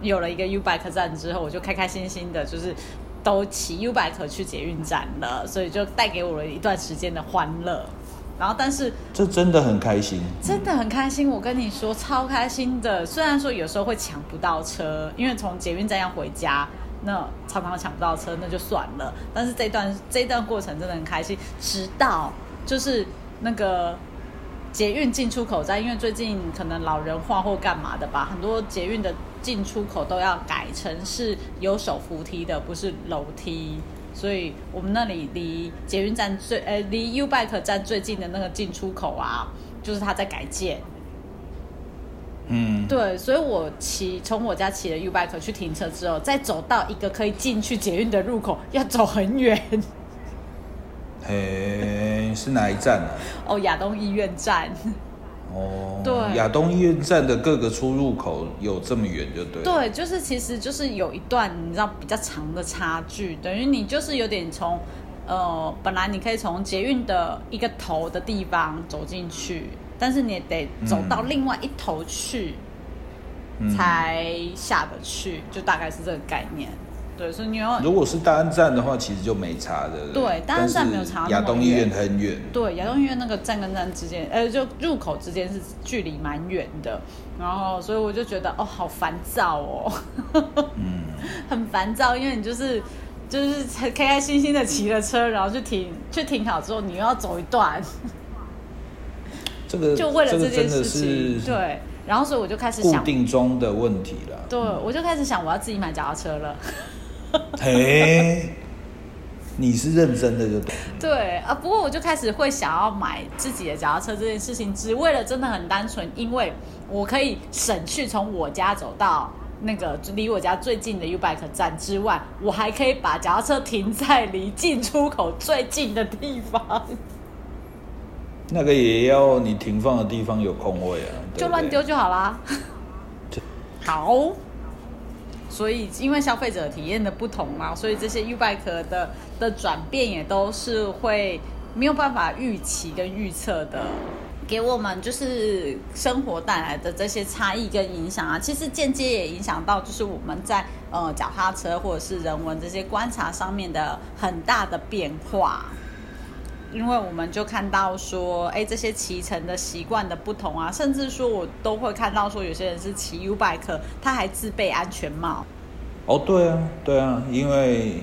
Speaker 1: 有了一个 U Bike 站之后，我就开开心心的，就是都骑 U Bike 去捷运站了，所以就带给我了一段时间的欢乐。然后，但是
Speaker 2: 这真的很开心。
Speaker 1: 真的很开心，我跟你说，超开心的。虽然说有时候会抢不到车，因为从捷运站要回家，那常常抢不到车，那就算了。但是这段这段过程真的很开心，直到就是那个捷运进出口站，因为最近可能老人化或干嘛的吧，很多捷运的进出口都要改成是有手扶梯的，不是楼梯。所以我们那里离捷运站最呃离 U Bike 站最近的那个进出口啊，就是它在改建。
Speaker 2: 嗯，
Speaker 1: 对，所以我骑从我家骑了 U Bike 去停车之后，再走到一个可以进去捷运的入口，要走很远
Speaker 2: 诶，是哪一站啊？
Speaker 1: 哦，亚东医院站。
Speaker 2: 哦，
Speaker 1: 对
Speaker 2: 亚东医院站的各个出入口有这么远就对。，
Speaker 1: 对，就是其实就是有一段你知道比较长的差距，等于你就是有点从呃本来你可以从捷运的一个头的地方走进去，但是你也得走到另外一头去、
Speaker 2: 嗯
Speaker 1: 才下得去，就大概是这个概念。对，所以你要
Speaker 2: 如果是大安站的话，其实就没差的。
Speaker 1: 对大安站没有差那么
Speaker 2: 亚东医院很远。
Speaker 1: 对，亚东医院那个站跟站之间，呃，就入口之间是距离蛮远的，然后所以我就觉得哦，好烦躁哦， <laughs>
Speaker 2: 嗯，
Speaker 1: 很烦躁，因为你就是就是开开心心的骑了车，然后去停去停好之后，你又要走一段，
Speaker 2: 这个
Speaker 1: 就为了
Speaker 2: 这个
Speaker 1: 件
Speaker 2: 真
Speaker 1: 事
Speaker 2: 的
Speaker 1: 情，
Speaker 2: 是
Speaker 1: 对，然后所以我就开始
Speaker 2: 固
Speaker 1: 想，
Speaker 2: 定中的问题啦。
Speaker 1: 对我就开始想我要自己买脚踏车了，
Speaker 2: 嘿，你是认真的就对。
Speaker 1: <laughs> 对啊，不过我就开始会想要买自己的脚踏车这件事情，只为了真的很单纯，因为我可以省去从我家走到那个离我家最近的 U Bike 站之外，我还可以把脚踏车停在离进出口最近的地方，
Speaker 2: 那个也要你停放的地方有空位啊，对不对
Speaker 1: 就乱丢。就好啦
Speaker 2: 这。
Speaker 1: 好，所以因为消费者体验的不同嘛，所以这些 U Bike 的的转变也都是会没有办法预期跟预测的。给我们就是生活带来的这些差异跟影响啊，其实间接也影响到就是我们在呃脚踏车或者是人文这些观察上面的很大的变化。因为我们就看到说，哎，这些骑乘的习惯的不同啊，甚至说我都会看到说，有些人是骑 U bike，他还自备安全帽，
Speaker 2: 哦，对啊，对啊，因为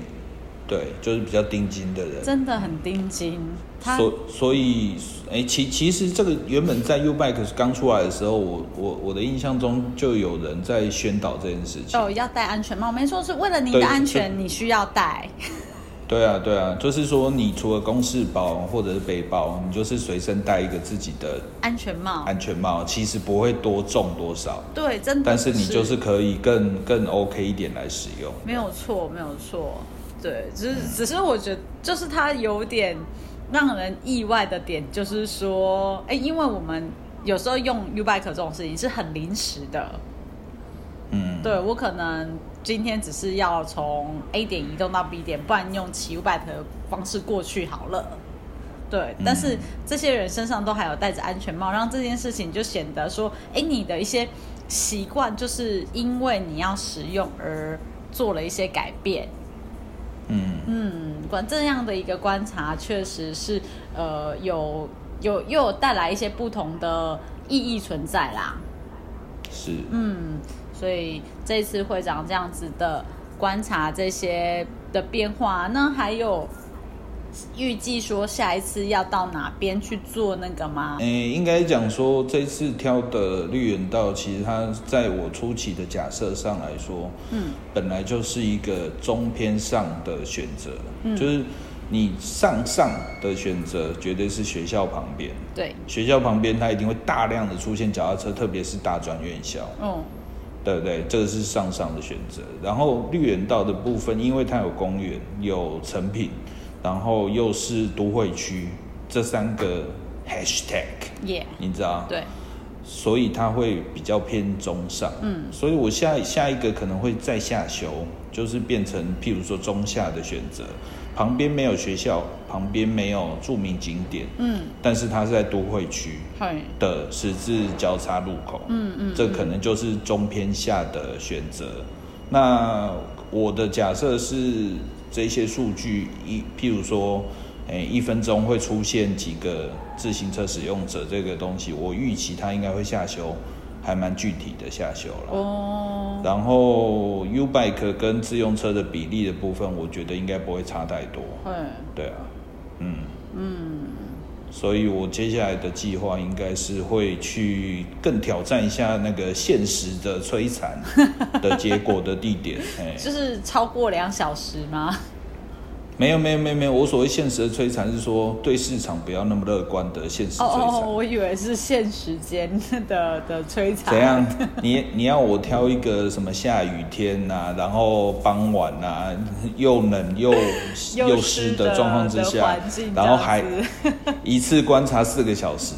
Speaker 2: 对，就是比较盯紧的人。
Speaker 1: 真的很盯紧。他
Speaker 2: 所所以，哎、其其实这个原本在 U Bike 刚出来的时候，我我我的印象中就有人在宣导这件事情。
Speaker 1: 哦要戴安全帽，没错，是为了您
Speaker 2: 对
Speaker 1: 的安
Speaker 2: 是
Speaker 1: 全，你需要戴。
Speaker 2: 对啊，对啊，就是说你除了公事包或者是背包，你就是随身带一个自己的
Speaker 1: 安全帽，
Speaker 2: 安全帽，其实不会多重多少，
Speaker 1: 对，真的。
Speaker 2: 但是你就是可以更更 OK 一点来使用。
Speaker 1: 没有错，没有错，对，只是只是我觉得，就是它有点让人意外的点，就是说，哎，因为我们有时候用 U bike 这种事情是很临时的，
Speaker 2: 嗯，
Speaker 1: 对我可能今天只是要从 A 点移动到 B 点，不然用骑 U bike 的方式过去好了。对，但是这些人身上都还有戴着安全帽，让这件事情就显得说，哎，你的一些习惯就是因为你要使用而做了一些改变。
Speaker 2: 嗯，
Speaker 1: 嗯，观这样的一个观察，确实是呃有有又有带来一些不同的意义存在啦。
Speaker 2: 是，
Speaker 1: 嗯，所以这次会长这样子的观察这些的变化，那还有预计说下一次要到哪边去做那个吗？
Speaker 2: 诶、应该讲说这次挑的绿园道，其实它在我初期的假设上来说，
Speaker 1: 嗯，
Speaker 2: 本来就是一个中偏上的选择，就是你上上的选择绝对是学校旁边，
Speaker 1: 对，
Speaker 2: 学校旁边它一定会大量的出现脚踏车，特别是大专院校，
Speaker 1: 嗯，
Speaker 2: 对不对？这个是上上的选择。然后绿园道的部分，因为它有公园、有成品，然后又是都会区这三个 hashtag。
Speaker 1: 耶、
Speaker 2: 你知道，
Speaker 1: 对，
Speaker 2: 所以它会比较偏中上。
Speaker 1: 嗯，
Speaker 2: 所以我下下一个可能会再下修，就是变成譬如说中下的选择，旁边没有学校，旁边没有著名景点，
Speaker 1: 嗯，
Speaker 2: 但是它是在都会区
Speaker 1: 嘿，
Speaker 2: 的十字交叉路口。
Speaker 1: 嗯嗯，
Speaker 2: 这可能就是中偏下的选择。那我的假设是，这些数据一，譬如说，诶、一分钟会出现几个自行车使用者这个东西，我预期它应该会下修，还蛮具体的下修了。
Speaker 1: 哦，
Speaker 2: 然后 U bike 跟自用车的比例的部分，我觉得应该不会差太多。
Speaker 1: 嘿，
Speaker 2: 对啊，嗯，
Speaker 1: 嗯，
Speaker 2: 所以我接下来的计划应该是会去更挑战一下那个现实的摧残的结果的
Speaker 1: <laughs>
Speaker 2: 地点。哎、
Speaker 1: 就是超过两小时吗？
Speaker 2: 没有没有没有没有，我所谓现实的摧残是说对市场不要那么乐观的现实
Speaker 1: 哦
Speaker 2: 摧
Speaker 1: 哦，
Speaker 2: 残。
Speaker 1: 我以为是限时间的的摧残。
Speaker 2: <laughs> 怎
Speaker 1: <laughs>
Speaker 2: 样？你你要我挑一个什么下雨天呐、然后傍晚呐、又冷
Speaker 1: <laughs>
Speaker 2: 又
Speaker 1: 又
Speaker 2: 又
Speaker 1: 湿
Speaker 2: 湿
Speaker 1: 的
Speaker 2: 的状况之
Speaker 1: 的
Speaker 2: 下
Speaker 1: <laughs> 环境，
Speaker 2: 然后还
Speaker 1: 这样
Speaker 2: 一次观察四个小时，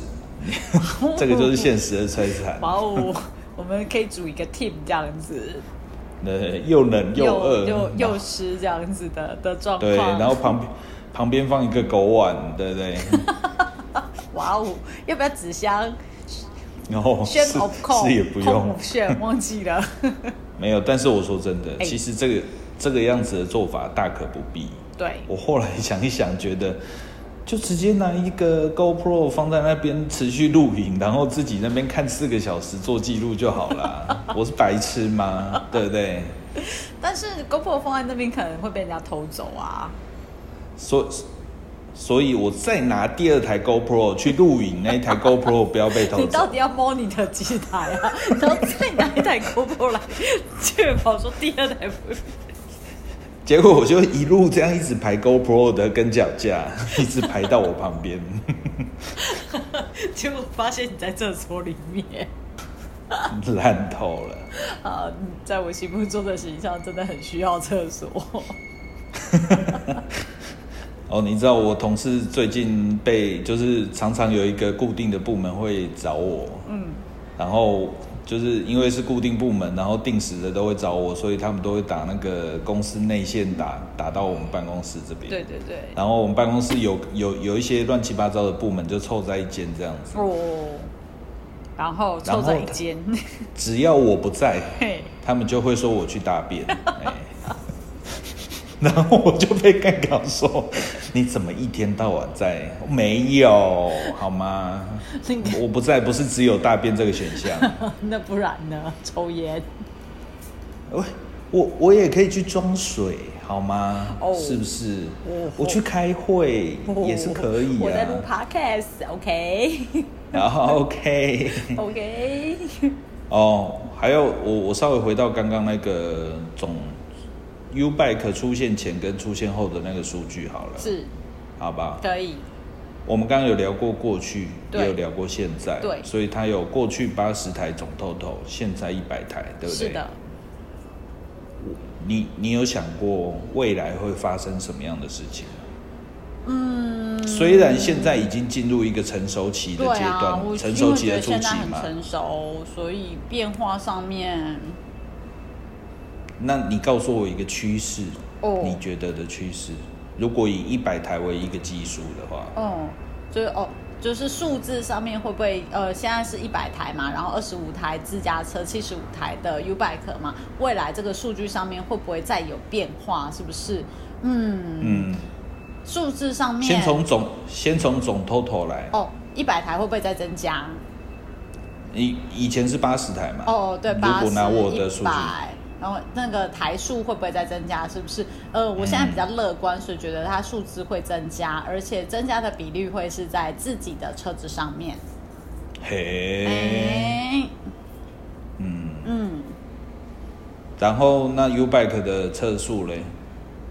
Speaker 2: <laughs> 这个就是现实的摧残。
Speaker 1: 哇哦，我们可以组一个 team 这样子，
Speaker 2: 呃，又冷 <laughs> 又饿，
Speaker 1: 又又湿这样子的的状况。
Speaker 2: 对，然后旁边旁边放一个狗碗，对不对？ <laughs>
Speaker 1: 哇哦，要不要纸箱？
Speaker 2: 然后
Speaker 1: 炫
Speaker 2: 是
Speaker 1: of c
Speaker 2: 是也不用， <laughs>
Speaker 1: 炫忘记了。
Speaker 2: 没有。但是我说真的，
Speaker 1: 哎
Speaker 2: 其实这个这个样子的做法大可不必。
Speaker 1: 对，
Speaker 2: 我后来想一想，觉得就直接拿一个 GoPro 放在那边持续录影，然后自己那边看四个小时做记录就好
Speaker 1: <laughs>
Speaker 2: 啦。我是白痴吗？对不对？
Speaker 1: 但是 GoPro 放在那边可能会被人家偷走啊。
Speaker 2: 所所以，我再拿第二台 GoPro 去录影，那一台 GoPro 不要被偷
Speaker 1: 你
Speaker 2: 走
Speaker 1: 到。底要 monitor 几台
Speaker 2: <laughs>
Speaker 1: 啊？然后再拿一台 GoPro 来确保说第二台不会
Speaker 2: 结果我就一路这样一直排 GoPro 的跟脚架，一直排到我旁边。 <laughs>
Speaker 1: 结果发现你在厕所里面。 <laughs>
Speaker 2: 烂透了。
Speaker 1: 啊，你在我心目中的形象真的很需要厕所。
Speaker 2: 哦，你知道我同事最近被就是常常有一个固定的部门会找我，
Speaker 1: 嗯，
Speaker 2: 然后就是因为是固定部门，然后定时的都会找我，所以他们都会打那个公司内线打打到我们办公室这边。
Speaker 1: 对。对对。
Speaker 2: 然后我们办公室有有有一些乱七八糟的部门就凑在一间这样子，
Speaker 1: 哦。然后凑在一间，
Speaker 2: 只要我不在，
Speaker 1: 嘿，
Speaker 2: 他们就会说我去大便，哎 <laughs> 然后我就被干搞说，你怎么一天到晚在？没有好吗
Speaker 1: 那个？
Speaker 2: 我不在，不是只有大便这个选项，
Speaker 1: 那不然呢？抽烟。
Speaker 2: 我我我也可以去装水好吗？
Speaker 1: 哦
Speaker 2: 是不是
Speaker 1: 哦？
Speaker 2: 我去开会
Speaker 1: 哦
Speaker 2: 也是可以
Speaker 1: 我在录
Speaker 2: <laughs> 啊。 <laughs>
Speaker 1: podcast，OK，OK，、
Speaker 2: 然后 OK，哦，还有我我稍微回到刚刚那个总 U Bike 出现前跟出现后的那个数据好了。
Speaker 1: 是
Speaker 2: 好吧，
Speaker 1: 可以，
Speaker 2: 我们刚刚有聊过过去，
Speaker 1: 对
Speaker 2: 也有聊过现在，
Speaker 1: 对
Speaker 2: 所以它有过去八十台总 total，现在一百台，对不对？
Speaker 1: 是的。，
Speaker 2: 你你有想过未来会发生什么样的事情吗？
Speaker 1: 嗯，
Speaker 2: 虽然现在已经进入一个成熟期的
Speaker 1: 对
Speaker 2: 阶段，
Speaker 1: 啊，我
Speaker 2: 成
Speaker 1: 因为
Speaker 2: 熟
Speaker 1: 我
Speaker 2: 期
Speaker 1: 觉
Speaker 2: 的
Speaker 1: 得
Speaker 2: 初
Speaker 1: 现在
Speaker 2: 期
Speaker 1: 很
Speaker 2: 嘛，
Speaker 1: 成熟，所以变化上面，
Speaker 2: 那你告诉我一个趋势，
Speaker 1: 哦
Speaker 2: 你觉得的趋势，如果以一百台为一个基数的话，
Speaker 1: 哦，就是哦，就是数字上面会不会呃，现在是一百台嘛，然后二十五台自家车，七十五台的 U Bike 嘛，未来这个数据上面会不会再有变化？是不是？嗯，
Speaker 2: 嗯，
Speaker 1: 数字上面
Speaker 2: 先从总先从总 total 来，
Speaker 1: 哦，一百台会不会再增加？
Speaker 2: 以以前是八十台嘛，
Speaker 1: 哦，对，
Speaker 2: 如
Speaker 1: 八
Speaker 2: 果
Speaker 1: 十
Speaker 2: 拿我的数据，
Speaker 1: 100然后那个台数会不会再增加？是不是？呃，我现在比较
Speaker 2: 嗯
Speaker 1: 乐观，所以觉得它数字会增加，而且增加的比率会是在自己的车子上面。
Speaker 2: 嘿，
Speaker 1: 哎，
Speaker 2: 嗯，
Speaker 1: 嗯，
Speaker 2: 然后那 U Bike 的测速嘞，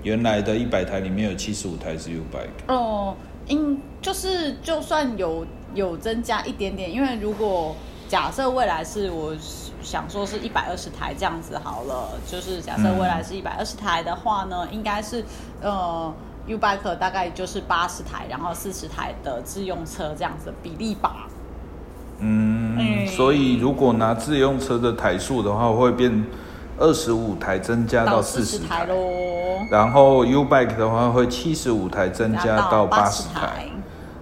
Speaker 2: 原来的一百台里面有七十五台是 U Bike，
Speaker 1: 哦，应就是就算有有增加一点点，因为如果假设未来是我想说是一百二十台这样子好了，就是假设
Speaker 2: 嗯
Speaker 1: 未来是一百二十台的话呢，应该是呃 U Bike 大概就是八十台，然后四十台的自用车这样子的比例吧。
Speaker 2: 嗯，
Speaker 1: 哎
Speaker 2: 所以如果拿自用车的台数的话，会变二十五台增加到四
Speaker 1: 十
Speaker 2: 十
Speaker 1: 台
Speaker 2: 台，
Speaker 1: 喽，
Speaker 2: 然后 U Bike 的话会七十五台增加到八
Speaker 1: 八
Speaker 2: 十
Speaker 1: 台
Speaker 2: 台，。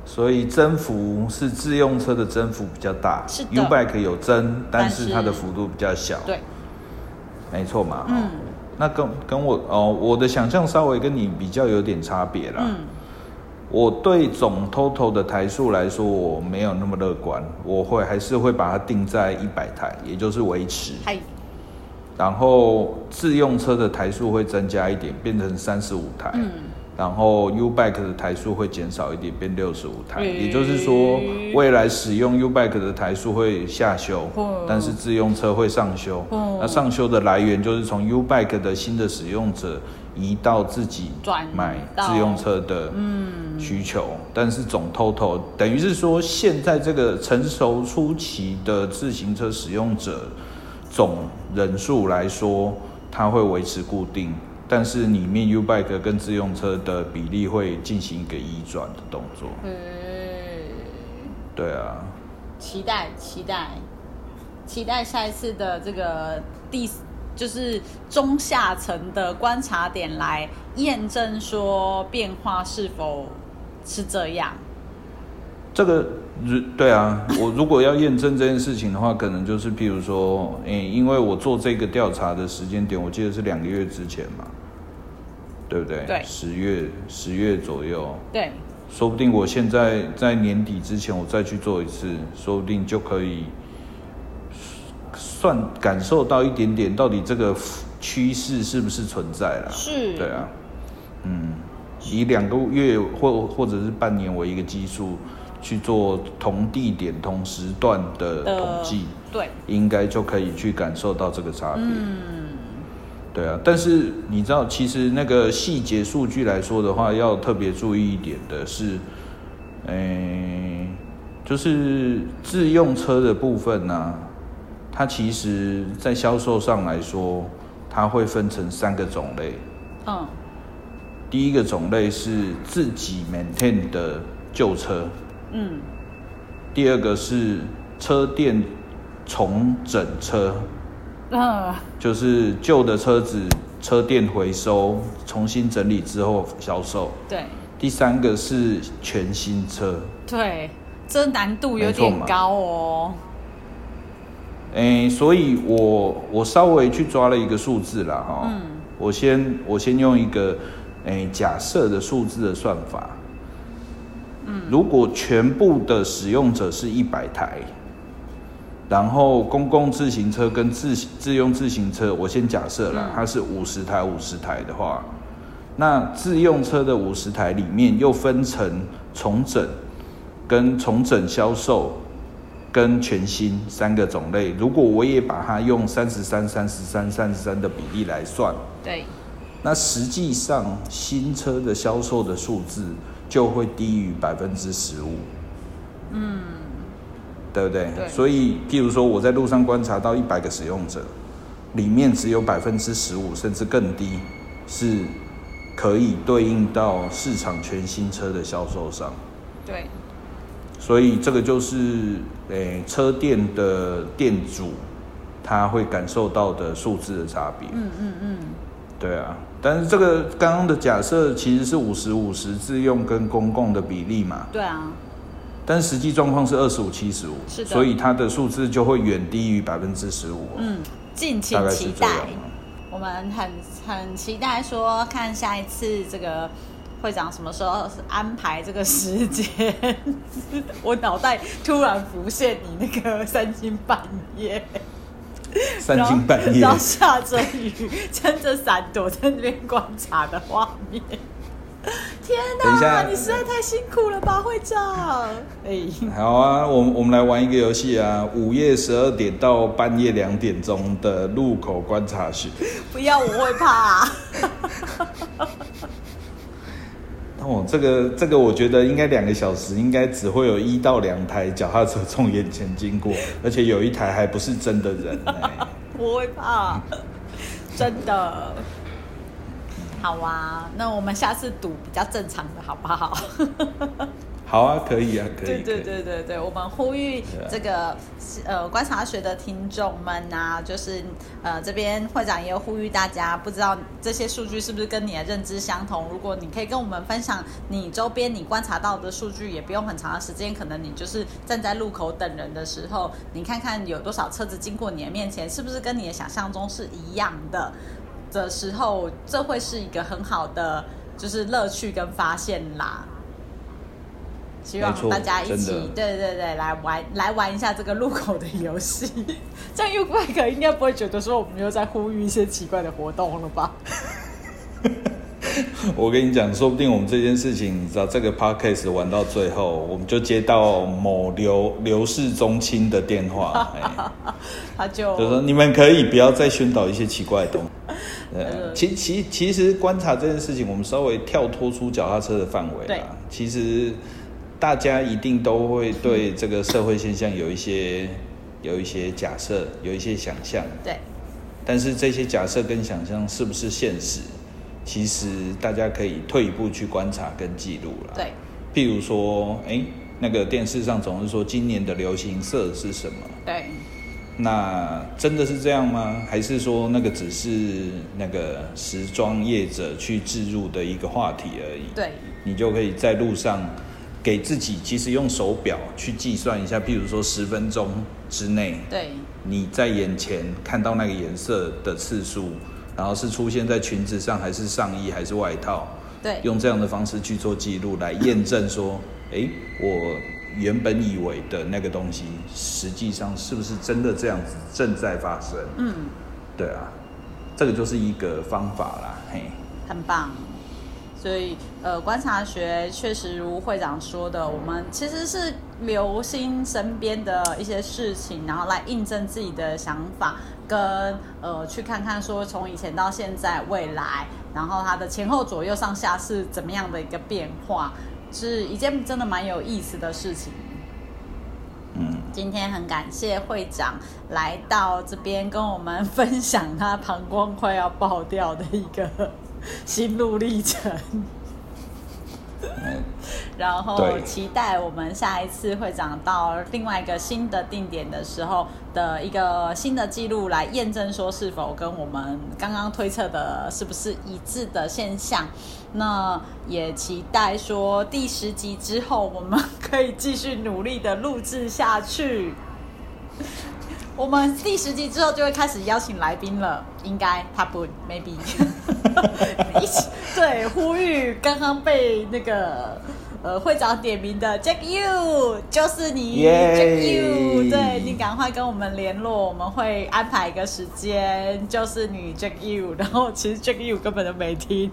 Speaker 2: 所以增幅是自用车的增幅比较大
Speaker 1: 是的
Speaker 2: ，U Bike 有增，但
Speaker 1: 但
Speaker 2: 是
Speaker 1: 是
Speaker 2: 它的幅度比较小，
Speaker 1: 对，
Speaker 2: 没错嘛，哦
Speaker 1: 嗯
Speaker 2: 那跟跟我哦，我的想象稍微跟你比较有点差别啦。
Speaker 1: 嗯，
Speaker 2: 我对总 total 的台数来说，我没有那么乐观，我会还是会把它定在一百台，也就是维持。
Speaker 1: 嗨，
Speaker 2: 然后自用车的台数会增加一点，变成三十五台。
Speaker 1: 嗯，
Speaker 2: 然后 U Bike 的台数会减少一点，变六十五台。
Speaker 1: 嗯
Speaker 2: 也就是说，未来使用 U Bike 的台数会下修，
Speaker 1: 哦
Speaker 2: 但是自用车会上修。
Speaker 1: 哦
Speaker 2: 那上修的来源就是从 U Bike 的新的使用者移到自己
Speaker 1: 转
Speaker 2: 买
Speaker 1: 到嗯
Speaker 2: 自用车的需求，但是总 total 等于是说，现在这个成熟初期的自行车使用者总人数来说，它会维持固定，但是里面 U Bike 跟自用车的比例会进行一个移转的动作。
Speaker 1: 嗯。
Speaker 2: 对啊，
Speaker 1: 期待期待期待下一次的这个第就是中下层的观察点来验证说变化是否是这样。
Speaker 2: 这个如对啊，我如果要验证这件事情的话，可能就是譬如说，诶、因为我做这个调查的时间点，我记得是两个月之前嘛，对不对？
Speaker 1: 对
Speaker 2: 十月十月左右，
Speaker 1: 对，
Speaker 2: 说不定我现在在年底之前我再去做一次，说不定就可以算感受到一点点到底这个趋势是不是存在了。
Speaker 1: 是，
Speaker 2: 对啊，嗯，以两个月或或者是半年为一个基数去做同地点、同时段的
Speaker 1: 的
Speaker 2: 统计，
Speaker 1: 对，
Speaker 2: 应该就可以去感受到这个差别。对啊，但是你知道，其实那个细节数据来说的话，要特别注意一点的是，诶、就是自用车的部分呢、它其实在销售上来说，它会分成三个种类。
Speaker 1: 嗯，
Speaker 2: 第一个种类是自己 maintain 的旧车，
Speaker 1: 嗯，
Speaker 2: 第二个是车店重整车，
Speaker 1: 嗯，
Speaker 2: 就是旧的车子车店回收，重新整理之后销售。
Speaker 1: 对，
Speaker 2: 第三个是全新车，
Speaker 1: 对，这难度有
Speaker 2: 没错
Speaker 1: 点
Speaker 2: 嘛
Speaker 1: 高哦。
Speaker 2: 诶、所以我我稍微去抓了一个数字啦，哈、我先我先用一个诶、假设的数字的算法，嗯，如果全部的使用者是一百台，然后公共自行车跟自自用自行车，我先假设啦，它是五十台五十台的话，那自用车的五十台里面又分成重整跟重整销售。跟全新三个种类，如果我也把它用三十三、三十三、三十三的比例来算，
Speaker 1: 对，
Speaker 2: 那实际上新车的销售的数字就会低于百分之十五。嗯，对不对？
Speaker 1: 对
Speaker 2: 所以，譬如说我在路上观察到一百个使用者，里面只有百分之十五甚至更低是可以对应到市场全新车的销售上。
Speaker 1: 对，
Speaker 2: 所以这个就是诶、车店的店主他会感受到的数字的差别。
Speaker 1: 嗯嗯嗯，
Speaker 2: 对啊，但是这个刚刚的假设其实是五十五十自用跟公共的比例嘛，
Speaker 1: 对啊，
Speaker 2: 但实际状况是二十五七十五，
Speaker 1: 是的
Speaker 2: 所以它的数字就会远低于百分之十五，
Speaker 1: 嗯，敬
Speaker 2: 大
Speaker 1: 请
Speaker 2: 概是
Speaker 1: 期
Speaker 2: 这
Speaker 1: 待
Speaker 2: 样。。啊
Speaker 1: 我们很很期待说，看下一次这个会长什么时候安排这个时间。 <laughs> 我脑袋突然浮现你那个三更半夜，
Speaker 2: 三更半夜
Speaker 1: 然后然后下着雨，撑着伞躲在那边观察的画面。天
Speaker 2: 等一
Speaker 1: 哪，
Speaker 2: 下
Speaker 1: 你实在太辛苦了吧，会长！哎，
Speaker 2: 好啊，我们我们来玩一个游戏啊，午夜十二点到半夜两点钟的路口观察学。
Speaker 1: 不要，我会怕、
Speaker 2: 哦，这个这个，我觉得应该两个小时，应该只会有一到两台脚踏车从眼前经
Speaker 1: <laughs>
Speaker 2: 过，而且有一台还不是真的人、哎
Speaker 1: 我会怕，真的。好啊，那我们下次赌比较正常的好不好？
Speaker 2: 好啊，可以啊，可
Speaker 1: 对
Speaker 2: 以。
Speaker 1: 对
Speaker 2: 可以。
Speaker 1: 对对对，我们呼吁
Speaker 2: 对啊
Speaker 1: 这个呃观察学的听众们呐、就是呃这边会长也有呼吁大家，不知道这些数据是不是跟你的认知相同？如果你可以跟我们分享你周边你观察到的数据，也不用很长的时间，可能你就是站在路口等人的时候，你看看有多少车子经过你的面前，是不是跟你的想象中是一样的？的时候，这会是一个很好的就是乐趣跟发现啦。希望
Speaker 2: 没错
Speaker 1: 大家一起
Speaker 2: 真的，
Speaker 1: 对对对，来玩来玩一下这个路口的游戏， <laughs> 这样又怪可应该不会觉得说我们又在呼吁一些奇怪的活动了吧？
Speaker 2: 我跟你讲，说不定我们这件事情，你知道，这个 podcast 玩到最后，我们就接到某刘刘氏宗亲的电话，哎、
Speaker 1: 他就
Speaker 2: 就说你们可以不要再宣导一些奇怪的
Speaker 1: <laughs>
Speaker 2: 东西。对啊
Speaker 1: 呃
Speaker 2: 其其其实观察这件事情，我们稍微跳脱出脚踏车的范围
Speaker 1: 对
Speaker 2: 啦。其实大家一定都会对这个社会现象有一些有一些假设，有一些想象，
Speaker 1: 对
Speaker 2: 但是这些假设跟想象是不是现实？其实大家可以退一步去观察跟记录啦。
Speaker 1: 对
Speaker 2: 譬如说，哎、那个电视上总是说今年的流行色是什么。
Speaker 1: 对，
Speaker 2: 那真的是这样吗？还是说那个只是那个时装业者去置入的一个话题而已？
Speaker 1: 对，
Speaker 2: 你就可以在路上给自己，其实用手表去计算一下，譬如说十分钟之内，
Speaker 1: 对，
Speaker 2: 你在眼前看到那个颜色的次数，然后是出现在裙子上，还是上衣，还是外套？
Speaker 1: 对，
Speaker 2: 用这样的方式去做记录，来验证说，诶，我原本以为的那个东西，实际上是不是真的这样子正在发生？
Speaker 1: 嗯，
Speaker 2: 对啊，这个就是一个方法啦，嘿，
Speaker 1: 很棒。所以，呃，观察学确实如会长说的，我们其实是留心身边的一些事情，然后来印证自己的想法，跟呃去看看说从以前到现在未来，然后它的前后左右上下是怎么样的一个变化，是一件真的蛮有意思的事情。
Speaker 2: 嗯。
Speaker 1: 今天很感谢会长来到这边跟我们分享他膀胱快要爆掉的一个心路历程，
Speaker 2: 嗯
Speaker 1: 然后
Speaker 2: 对
Speaker 1: 期待我们下一次会长到另外一个新的定点的时候的一个新的记录来验证说是否跟我们刚刚推测的是不是一致的现象。那也期待说第十集之后我们可以继续努力的录制下去。我们第十集之后就会开始邀请来宾了，应该他不 maybe 一起对呼吁刚刚被那个呃会长点名的 Jack You 就是你
Speaker 2: Yay
Speaker 1: Jack You，对你赶快跟我们联络，我们会安排一个时间，就是你 Jack You，然后其实 Jack You 根本就没听，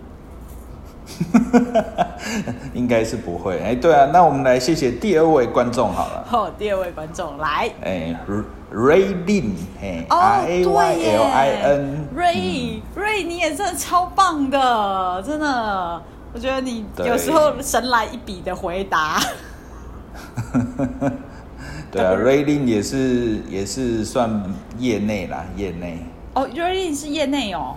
Speaker 2: 应该是不会。哎、对啊，那我们来谢谢第二位观众好了。
Speaker 1: 哦，第二位观众来。
Speaker 2: 哎、瑞 r a y Lin，哎、
Speaker 1: 哦，
Speaker 2: R
Speaker 1: 对
Speaker 2: A Y L I N，
Speaker 1: 瑞瑞，你也真的超棒的，真的，我觉得你
Speaker 2: 对
Speaker 1: 有时候神来一笔的回答，
Speaker 2: 对啊，Ray Lin 也是也是算业内啦，业内。
Speaker 1: <laughs> 哦，瑞你是业内哦，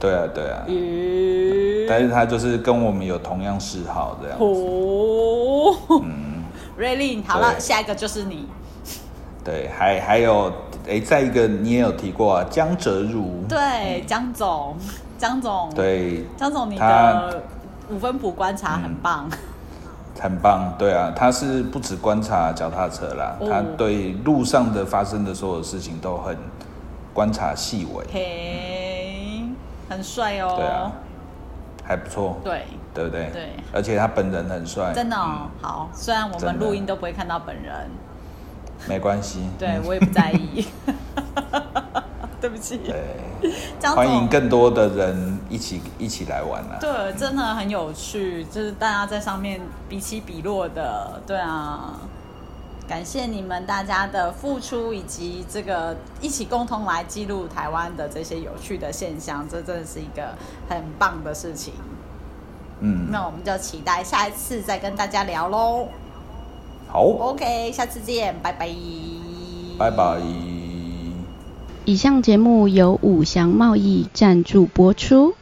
Speaker 2: 对啊，对啊，
Speaker 1: 鱼
Speaker 2: 但是他就是跟我们有同样嗜好这样。
Speaker 1: 哦虎，
Speaker 2: 嗯，
Speaker 1: 瑞丽，哦好了，
Speaker 2: 对
Speaker 1: 下一个就是你，
Speaker 2: 对，还还有，哎，再一个你也有提过啊，江哲如。
Speaker 1: 对，江总，江总，，
Speaker 2: 嗯对，
Speaker 1: 江总，你
Speaker 2: 他嗯
Speaker 1: 的五分谱观察很棒，
Speaker 2: 很棒，对啊，他是不只观察脚踏车啦，
Speaker 1: 哦
Speaker 2: 他对路上的发生的所有事情都很观察细微，
Speaker 1: 嘿，很帅
Speaker 2: 对啊
Speaker 1: 哦，，
Speaker 2: 还不错，
Speaker 1: 对。
Speaker 2: 对不对？
Speaker 1: 对
Speaker 2: 而且他本人很帅，
Speaker 1: 真的哦，好，虽然我们
Speaker 2: 真的
Speaker 1: 录音都不会看到本人，
Speaker 2: 没关系，
Speaker 1: 对
Speaker 2: 嗯
Speaker 1: 我也不在意， <laughs> 对不起，
Speaker 2: 对，
Speaker 1: 江
Speaker 2: 欢迎
Speaker 1: 总。
Speaker 2: 更多的人一起一起来玩啊，
Speaker 1: 对，真的很有趣，就是大家在上面比起比落的，对啊，感谢你们大家的付出以及这个一起共同来记录台湾的这些有趣的现象，这真的是一个很棒的事情。
Speaker 2: 嗯，
Speaker 1: 那我们就期待下一次再跟大家聊喽。
Speaker 2: 好，
Speaker 1: OK，下次见，拜拜，
Speaker 2: 拜拜。
Speaker 3: 以上节目由五祥贸易赞助播出。